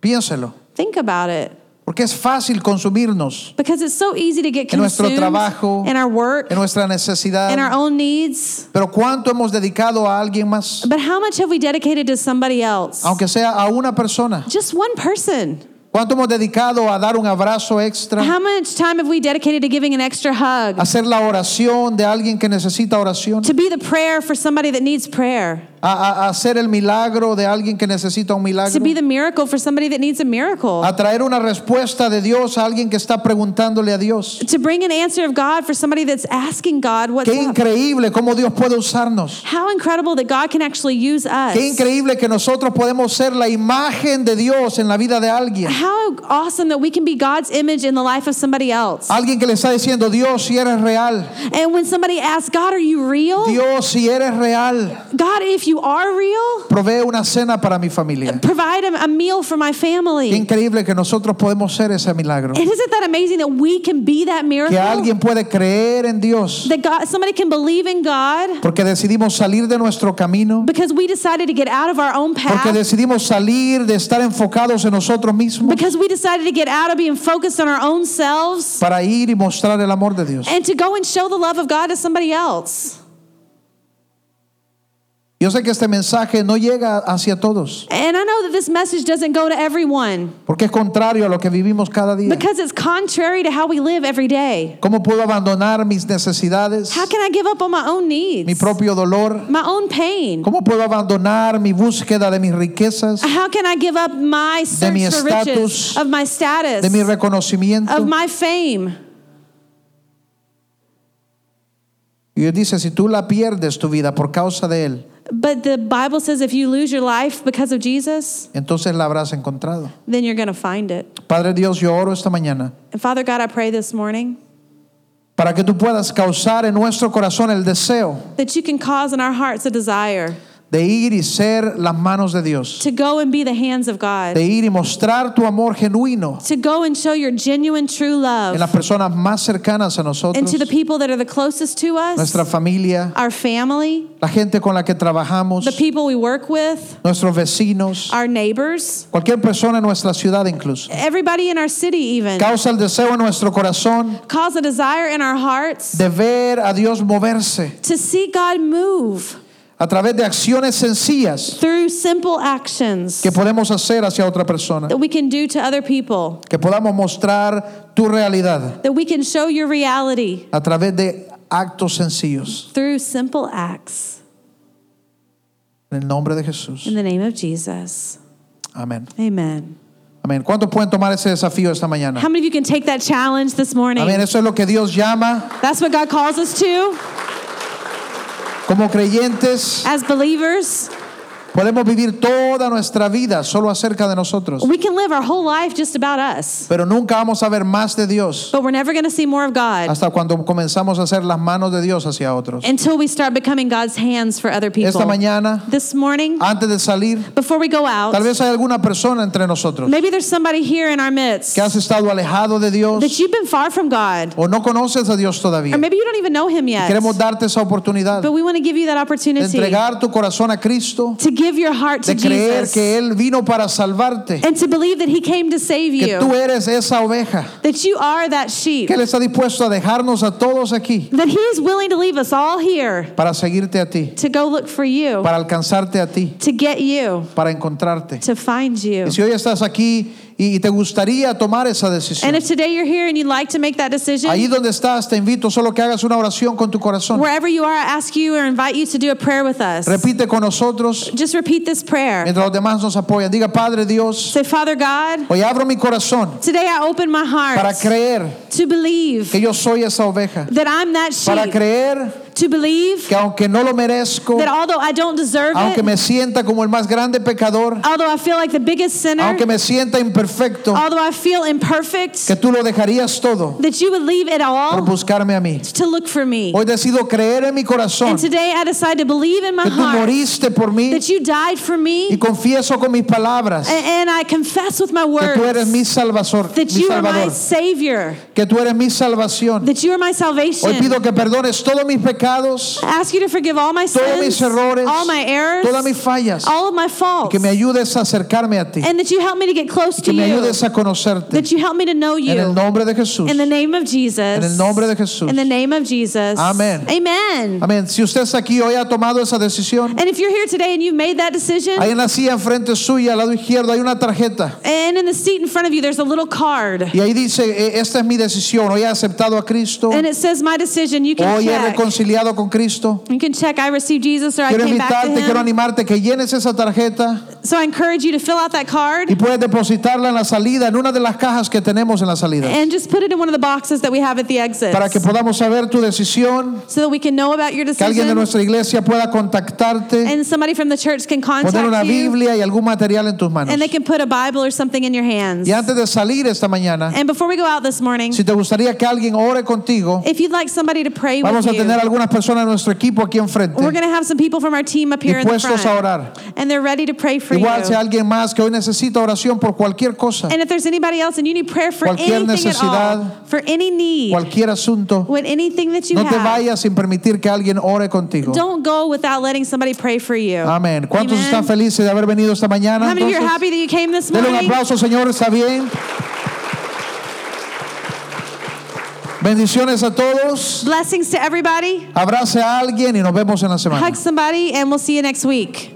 Speaker 1: Piénselo,
Speaker 2: Think about it.
Speaker 1: porque es fácil consumirnos
Speaker 2: Because it's so easy to get
Speaker 1: En nuestro
Speaker 2: consumed
Speaker 1: trabajo,
Speaker 2: in our work,
Speaker 1: en nuestra
Speaker 2: in our
Speaker 1: necesidad,
Speaker 2: own needs.
Speaker 1: pero ¿cuánto hemos dedicado a alguien más?
Speaker 2: But how much have we dedicated to somebody else?
Speaker 1: Aunque sea a una persona.
Speaker 2: Just one person.
Speaker 1: ¿Cuánto hemos dedicado a dar un abrazo extra?
Speaker 2: How much time have we dedicated to giving an extra hug?
Speaker 1: A hacer la oración de alguien que necesita oración.
Speaker 2: To be the prayer for somebody that needs prayer?
Speaker 1: A, a- a hacer el milagro de alguien que necesita un
Speaker 2: To be
Speaker 1: milagro.
Speaker 2: the miracle for somebody that needs a miracle?
Speaker 1: A traer una respuesta de Dios a alguien que está preguntándole a Dios.
Speaker 2: to bring an answer of God for somebody that's asking God what's
Speaker 1: Qué
Speaker 2: up?
Speaker 1: increíble cómo Dios puede usarnos.
Speaker 2: How incredible that God can actually use us.
Speaker 1: Qué increíble que nosotros podemos ser la imagen de Dios en la vida de alguien.
Speaker 2: How awesome that we can be God's image in the life of somebody else.
Speaker 1: Alguien que le está diciendo, Dios, si eres real.
Speaker 2: And when somebody asks, God, are you real?
Speaker 1: Dios, si eres real,
Speaker 2: God, if you are real,
Speaker 1: provee una cena para mi familia.
Speaker 2: provide a, a meal for my family.
Speaker 1: Qué increíble que nosotros podemos ser ese milagro.
Speaker 2: And isn't that amazing that we can be that miracle?
Speaker 1: Que alguien puede creer en Dios
Speaker 2: that God, somebody can believe in God
Speaker 1: porque decidimos salir de nuestro camino,
Speaker 2: because we decided to get out of our own
Speaker 1: porque
Speaker 2: path.
Speaker 1: decidimos salir de estar enfocados en nosotros mismos
Speaker 2: because we decided to get out of being focused on our own selves
Speaker 1: para ir y mostrar el amor de Dios.
Speaker 2: and to go and show the love of God to somebody else.
Speaker 1: Yo sé que este mensaje no llega hacia todos,
Speaker 2: And I know that this message doesn't go to everyone
Speaker 1: porque es contrario a lo que vivimos cada día.
Speaker 2: because it's contrary to how we live every day.
Speaker 1: ¿Cómo puedo abandonar mis necesidades,
Speaker 2: How can I give up on my own
Speaker 1: mi
Speaker 2: needs,
Speaker 1: propio dolor?
Speaker 2: my own pain?
Speaker 1: ¿Cómo puedo abandonar mi búsqueda de mis riquezas,
Speaker 2: How can I give up my search
Speaker 1: mi
Speaker 2: for riches,
Speaker 1: estatus,
Speaker 2: of my status,
Speaker 1: de mi
Speaker 2: of
Speaker 1: reconocimiento?
Speaker 2: my fame?
Speaker 1: Y Dios dice, si tú la pierdes tu vida por causa de Él,
Speaker 2: But the Bible says if you lose your life because of Jesus,
Speaker 1: entonces la habrás encontrado.
Speaker 2: then you're going to find it.
Speaker 1: Padre Dios, yo oro esta mañana
Speaker 2: And Father God, I pray this morning
Speaker 1: para que tú puedas causar en nuestro corazón el deseo
Speaker 2: that you can cause in our hearts a desire
Speaker 1: de ir y ser las manos de Dios,
Speaker 2: to go and be the hands of God,
Speaker 1: de ir y mostrar tu amor genuino
Speaker 2: to go and show your genuine true
Speaker 1: en
Speaker 2: love
Speaker 1: las personas más cercanas a
Speaker 2: and
Speaker 1: nosotros,
Speaker 2: to the people that are the closest to us,
Speaker 1: nuestra familia,
Speaker 2: our family,
Speaker 1: la gente con la que trabajamos,
Speaker 2: the people we work with,
Speaker 1: nuestros vecinos,
Speaker 2: our neighbors,
Speaker 1: cualquier persona en nuestra ciudad incluso.
Speaker 2: everybody in our city, even.
Speaker 1: Causa el deseo en nuestro corazón
Speaker 2: Cause a desire in our hearts
Speaker 1: de ver a Dios moverse
Speaker 2: to see God move
Speaker 1: a través de acciones sencillas
Speaker 2: through simple actions
Speaker 1: que podemos hacer hacia otra persona,
Speaker 2: that we can do to other people,
Speaker 1: que podamos mostrar tu realidad
Speaker 2: that we can show your reality
Speaker 1: a través de actos sencillos.
Speaker 2: through simple acts.
Speaker 1: En el nombre de
Speaker 2: In
Speaker 1: Jesús.
Speaker 2: the name of Jesus.
Speaker 1: Amén.
Speaker 2: Amen.
Speaker 1: Amén. ¿Cuántos pueden tomar ese desafío esta mañana?
Speaker 2: How many of you can take that challenge this morning?
Speaker 1: Amén. Eso es lo que Dios llama
Speaker 2: That's what God calls us to
Speaker 1: como creyentes
Speaker 2: as believers.
Speaker 1: Podemos vivir toda nuestra vida solo acerca de nosotros,
Speaker 2: We can live our whole life just about us,
Speaker 1: pero nunca vamos a ver más de Dios
Speaker 2: but we're never going to see more of God
Speaker 1: hasta cuando comenzamos a hacer las manos de Dios hacia otros.
Speaker 2: until we start becoming God's hands for other people.
Speaker 1: Esta mañana,
Speaker 2: This morning,
Speaker 1: antes de salir,
Speaker 2: before we go
Speaker 1: tal
Speaker 2: out,
Speaker 1: vez hay alguna persona entre nosotros
Speaker 2: maybe there's somebody here in our midst
Speaker 1: que has estado alejado de
Speaker 2: that
Speaker 1: Dios
Speaker 2: you've been far from God,
Speaker 1: o no conoces a Dios todavía.
Speaker 2: or maybe you don't even know Him yet.
Speaker 1: Queremos darte esa oportunidad
Speaker 2: But
Speaker 1: de
Speaker 2: we want to give you that opportunity
Speaker 1: entregar tu corazón a Cristo,
Speaker 2: to give your heart to
Speaker 1: de creer
Speaker 2: Jesus
Speaker 1: que Él vino para salvarte,
Speaker 2: and to believe that He came to save
Speaker 1: que tú
Speaker 2: you,
Speaker 1: eres esa oveja.
Speaker 2: that you are that sheep,
Speaker 1: que Él está dispuesto a dejarnos a todos aquí
Speaker 2: that He's willing to leave us all here
Speaker 1: para seguirte a ti,
Speaker 2: to go look for you,
Speaker 1: para alcanzarte a ti,
Speaker 2: to get you,
Speaker 1: para encontrarte.
Speaker 2: to find you.
Speaker 1: Y si hoy estás aquí y, y te gustaría tomar esa decisión,
Speaker 2: And if today you're here and you'd like to make
Speaker 1: ahí
Speaker 2: that decision,
Speaker 1: donde estás te invito solo que hagas una oración con tu corazón.
Speaker 2: wherever you are, I ask you or invite you to do a prayer with us.
Speaker 1: Repite con nosotros
Speaker 2: Just repeat this prayer.
Speaker 1: mientras los demás nos apoyan. Diga, Padre Dios,
Speaker 2: Say, Father God,
Speaker 1: hoy abro mi corazón
Speaker 2: today I open my
Speaker 1: para
Speaker 2: heart
Speaker 1: creer
Speaker 2: to believe
Speaker 1: que yo soy esa oveja.
Speaker 2: that I'm that
Speaker 1: Para
Speaker 2: sheep,
Speaker 1: creer
Speaker 2: to believe
Speaker 1: que aunque no lo merezco,
Speaker 2: that although I don't deserve
Speaker 1: aunque
Speaker 2: it,
Speaker 1: me sienta como el más grande pecador,
Speaker 2: although I feel like the biggest sinner,
Speaker 1: aunque me sienta imperfecto,
Speaker 2: although I feel imperfect,
Speaker 1: que tú lo dejarías todo
Speaker 2: that you would leave it
Speaker 1: por
Speaker 2: all
Speaker 1: buscarme a mí.
Speaker 2: to look for me.
Speaker 1: Hoy decido creer en mi corazón
Speaker 2: And
Speaker 1: que
Speaker 2: today I decide to believe in my
Speaker 1: tú
Speaker 2: heart
Speaker 1: moriste por mí
Speaker 2: that you died for me,
Speaker 1: y
Speaker 2: and,
Speaker 1: confieso con mis palabras
Speaker 2: and I confess with my
Speaker 1: que tú eres
Speaker 2: words
Speaker 1: mi salvador,
Speaker 2: that
Speaker 1: mi
Speaker 2: you are my
Speaker 1: salvador,
Speaker 2: Savior,
Speaker 1: que tú eres mi salvación.
Speaker 2: that you are my
Speaker 1: Hoy
Speaker 2: salvation.
Speaker 1: pido que perdones todos mis pecados,
Speaker 2: I ask you to forgive all my
Speaker 1: todos mis
Speaker 2: sins,
Speaker 1: errores,
Speaker 2: all my errors,
Speaker 1: todas mis fallas,
Speaker 2: all of my faults,
Speaker 1: que me ayudes a acercarme a ti,
Speaker 2: and that you help me to get close
Speaker 1: que
Speaker 2: to
Speaker 1: me
Speaker 2: you,
Speaker 1: ayudes a conocerte
Speaker 2: that you help me to know
Speaker 1: en el
Speaker 2: you.
Speaker 1: nombre de Jesús.
Speaker 2: In the name of Jesus.
Speaker 1: En el nombre de Jesús.
Speaker 2: In the name of Jesus.
Speaker 1: Amén.
Speaker 2: Amen.
Speaker 1: Amén. Si usted está aquí hoy ha tomado esa decisión,
Speaker 2: And if you're here today and you've made that decision,
Speaker 1: ahí en la silla enfrente suya, al lado izquierdo, hay una tarjeta.
Speaker 2: and in the seat in front of you, there's a little card.
Speaker 1: Y ahí dice, "E- esta es mi decisión, hoy he aceptado a Cristo,
Speaker 2: And it says, My decision. You can
Speaker 1: hoy he
Speaker 2: check.
Speaker 1: reconciliado con Cristo.
Speaker 2: You can check, I received Jesus or I
Speaker 1: Quiero
Speaker 2: came back to
Speaker 1: invitarte, quiero
Speaker 2: him.
Speaker 1: animarte que llenes esa tarjeta
Speaker 2: So I encourage you to fill out that
Speaker 1: y
Speaker 2: card
Speaker 1: puedes depositarla en la salida, en una de las cajas que tenemos en la salida,
Speaker 2: and just put it in one of the boxes that we have at the exit
Speaker 1: para que podamos saber tu decisión,
Speaker 2: so that we can know about your
Speaker 1: que alguien de
Speaker 2: decision
Speaker 1: nuestra iglesia pueda contactarte,
Speaker 2: and somebody from the church can
Speaker 1: poner una
Speaker 2: contact you
Speaker 1: Biblia y algún material en tus manos.
Speaker 2: and they can put a Bible or something in your hands.
Speaker 1: Y antes de salir esta mañana,
Speaker 2: And before we go out this morning,
Speaker 1: si te gustaría que alguien ore contigo,
Speaker 2: if you'd like somebody to pray with
Speaker 1: vamos a
Speaker 2: you,
Speaker 1: tener algunas personas de nuestro equipo aquí enfrente,
Speaker 2: we're going to have some people from our team up here in the
Speaker 1: dispuestos a
Speaker 2: front
Speaker 1: orar.
Speaker 2: and they're ready to pray for
Speaker 1: Igual si hay
Speaker 2: you.
Speaker 1: alguien más que hoy necesita oración por cualquier cosa,
Speaker 2: And if there's anybody else and you need prayer for
Speaker 1: Cualquier
Speaker 2: anything at all,
Speaker 1: necesidad,
Speaker 2: for any need,
Speaker 1: cualquier asunto,
Speaker 2: with anything that you
Speaker 1: no te
Speaker 2: have,
Speaker 1: vayas sin permitir que alguien ore contigo.
Speaker 2: Don't go without letting somebody pray for you.
Speaker 1: Amén. ¿Cuántos
Speaker 2: Amen.
Speaker 1: están felices de haber venido esta mañana?
Speaker 2: How many of you are
Speaker 1: entonces?
Speaker 2: happy that you came this
Speaker 1: Denle un
Speaker 2: morning?
Speaker 1: aplauso, Señor, está bien. Bendiciones a todos.
Speaker 2: Blessings to everybody.
Speaker 1: Abrace a alguien y nos vemos en la semana.
Speaker 2: Hug somebody, and we'll see you next week.